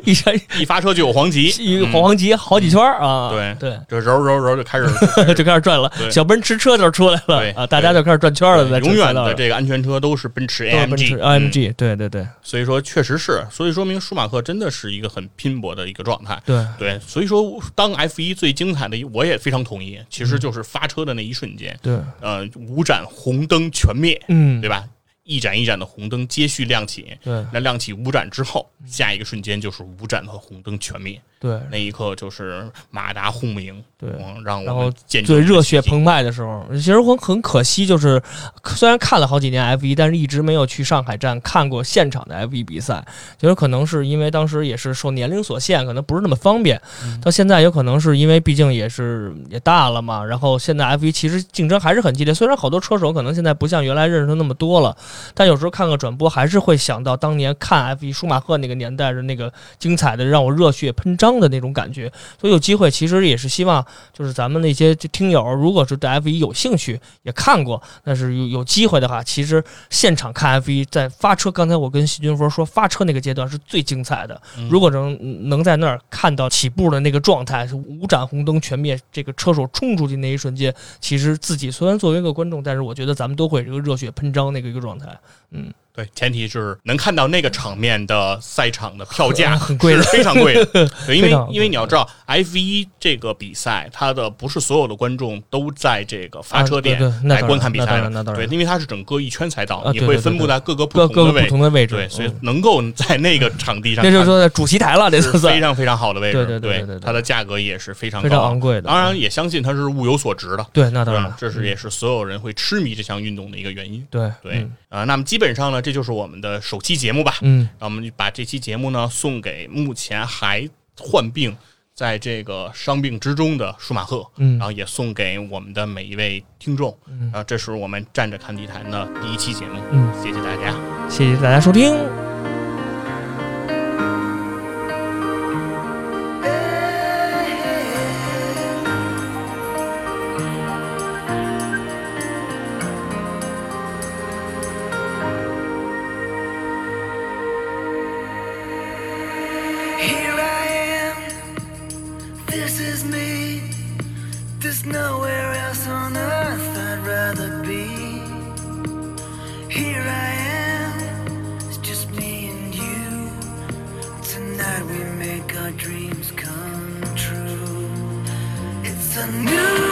Speaker 2: 一下
Speaker 1: *laughs* 一发车就有黄旗，
Speaker 2: 一
Speaker 1: 嗯
Speaker 2: 黄黄级好几圈儿啊，
Speaker 1: 对
Speaker 2: 对，
Speaker 1: 这揉揉揉就开始，
Speaker 2: 就开始转了，
Speaker 1: 对
Speaker 2: 小奔驰车就出来了
Speaker 1: 对
Speaker 2: 啊，大家就开始转圈了， *laughs* 在
Speaker 1: 永
Speaker 2: 车赛
Speaker 1: 远
Speaker 2: 道
Speaker 1: 的
Speaker 2: 上
Speaker 1: 这个安全车都是奔驰
Speaker 2: 都是奔
Speaker 1: AMG
Speaker 2: 驰
Speaker 1: 嗯
Speaker 2: AMG，对对对
Speaker 1: 所以说确实是，所以说明舒马赫真的是一个很拼搏的一个状态。
Speaker 2: 对，
Speaker 1: 对，所以说当 F 一最精彩的一，我也非常同意，其实就是发车的那一瞬间，
Speaker 2: 对，
Speaker 1: 呃，五盏红灯全灭，
Speaker 2: 嗯
Speaker 1: 对吧？一盏一盏的红灯接续亮起，
Speaker 2: 对
Speaker 1: 那亮起五盏之后，
Speaker 2: 嗯
Speaker 1: 下一个瞬间就是五盏和红灯全灭，
Speaker 2: 对
Speaker 1: 那一刻就是马达轰鸣，
Speaker 2: 对。
Speaker 1: 嗯让
Speaker 2: 然
Speaker 1: 我
Speaker 2: 后
Speaker 1: 们见证
Speaker 2: 最热血
Speaker 1: 这个奇迹
Speaker 2: 澎湃的时候，其实我很可惜，就是虽然看了好几年 F 一，但是一直没有去上海站看过现场的 F 一比赛。觉得可能是因为当时也是受年龄所限，可能不是那么方便。
Speaker 1: 嗯
Speaker 2: 到现在有可能是因为毕竟也是也大了嘛，然后现在 F 一其实竞争还是很激烈，虽然好多车手可能现在不像原来认识的那么多了，但有时候看个转播还是会想到当年看 F 一舒马赫那个年代的那个精彩的让我热血喷张的那种感觉。所以有机会，其实也是希望就是咱们那些听友，如果是对 F 一有兴趣，也看过，但是有有机会的话，其实现场看 F 一在发车，刚才我跟细菌佛说发车那个阶段是最精彩的。
Speaker 1: 嗯
Speaker 2: 如果能能在那儿看到起步的那个状态，五盏红灯全灭，这个车手冲出去那一瞬间，其实自己虽然作为一个观众，但是我觉得咱们都会这个热血喷张那个一个状态，
Speaker 1: 对，前提是能看到那个场面的赛场的票价
Speaker 2: 很很贵的
Speaker 1: 是非常
Speaker 2: *laughs*
Speaker 1: 贵的。对，因为
Speaker 2: 非常贵
Speaker 1: 因为你要知道，F 一这个比赛，它的不是所有的观众都在这个发车点
Speaker 2: 啊对对那当
Speaker 1: 来
Speaker 2: 然
Speaker 1: 观看比
Speaker 2: 那当
Speaker 1: 赛
Speaker 2: 然那
Speaker 1: 的，
Speaker 2: 当
Speaker 1: 对，
Speaker 2: 然
Speaker 1: 因为它是整个一圈赛道
Speaker 2: 啊，
Speaker 1: 你
Speaker 2: 对
Speaker 1: 会
Speaker 2: 对对
Speaker 1: 分布
Speaker 2: 对
Speaker 1: 在各个不
Speaker 2: 各
Speaker 1: 同
Speaker 2: 各
Speaker 1: 的
Speaker 2: 个不
Speaker 1: 位
Speaker 2: 同的位置，
Speaker 1: 对，所以
Speaker 2: 嗯
Speaker 1: 能够在那个场地上
Speaker 2: 这就是
Speaker 1: 看
Speaker 2: 说在主席台了，这
Speaker 1: 是
Speaker 2: 次
Speaker 1: 非常非常好的位置，
Speaker 2: 对对对对对对
Speaker 1: 它的价格也是非常
Speaker 2: 非常
Speaker 1: 高
Speaker 2: 昂
Speaker 1: 昂。
Speaker 2: 贵的，
Speaker 1: 当然，也相信它是物有所值的，
Speaker 2: 对，那当
Speaker 1: 对
Speaker 2: 然
Speaker 1: 吧
Speaker 2: 了？，嗯
Speaker 1: 这是也是所有人会痴迷这项运动的一个原因。
Speaker 2: 对
Speaker 1: 对啊、那么基本上呢，这就是我们的首期节目吧。
Speaker 2: 嗯
Speaker 1: 那我们就把这期节目呢送给目前还患病，在这个伤病之中的舒马赫，
Speaker 2: 嗯
Speaker 1: 然后也送给我们的每一位听众。然后这是我们站着看地坛的第一期节目，
Speaker 2: 嗯，
Speaker 1: 谢谢大家。
Speaker 2: 谢谢大家收听。
Speaker 3: Here I am, this is me. There's nowhere else on earth I'd rather be. Here I am, it's just me and you. Tonight we make our dreams come true. It's a new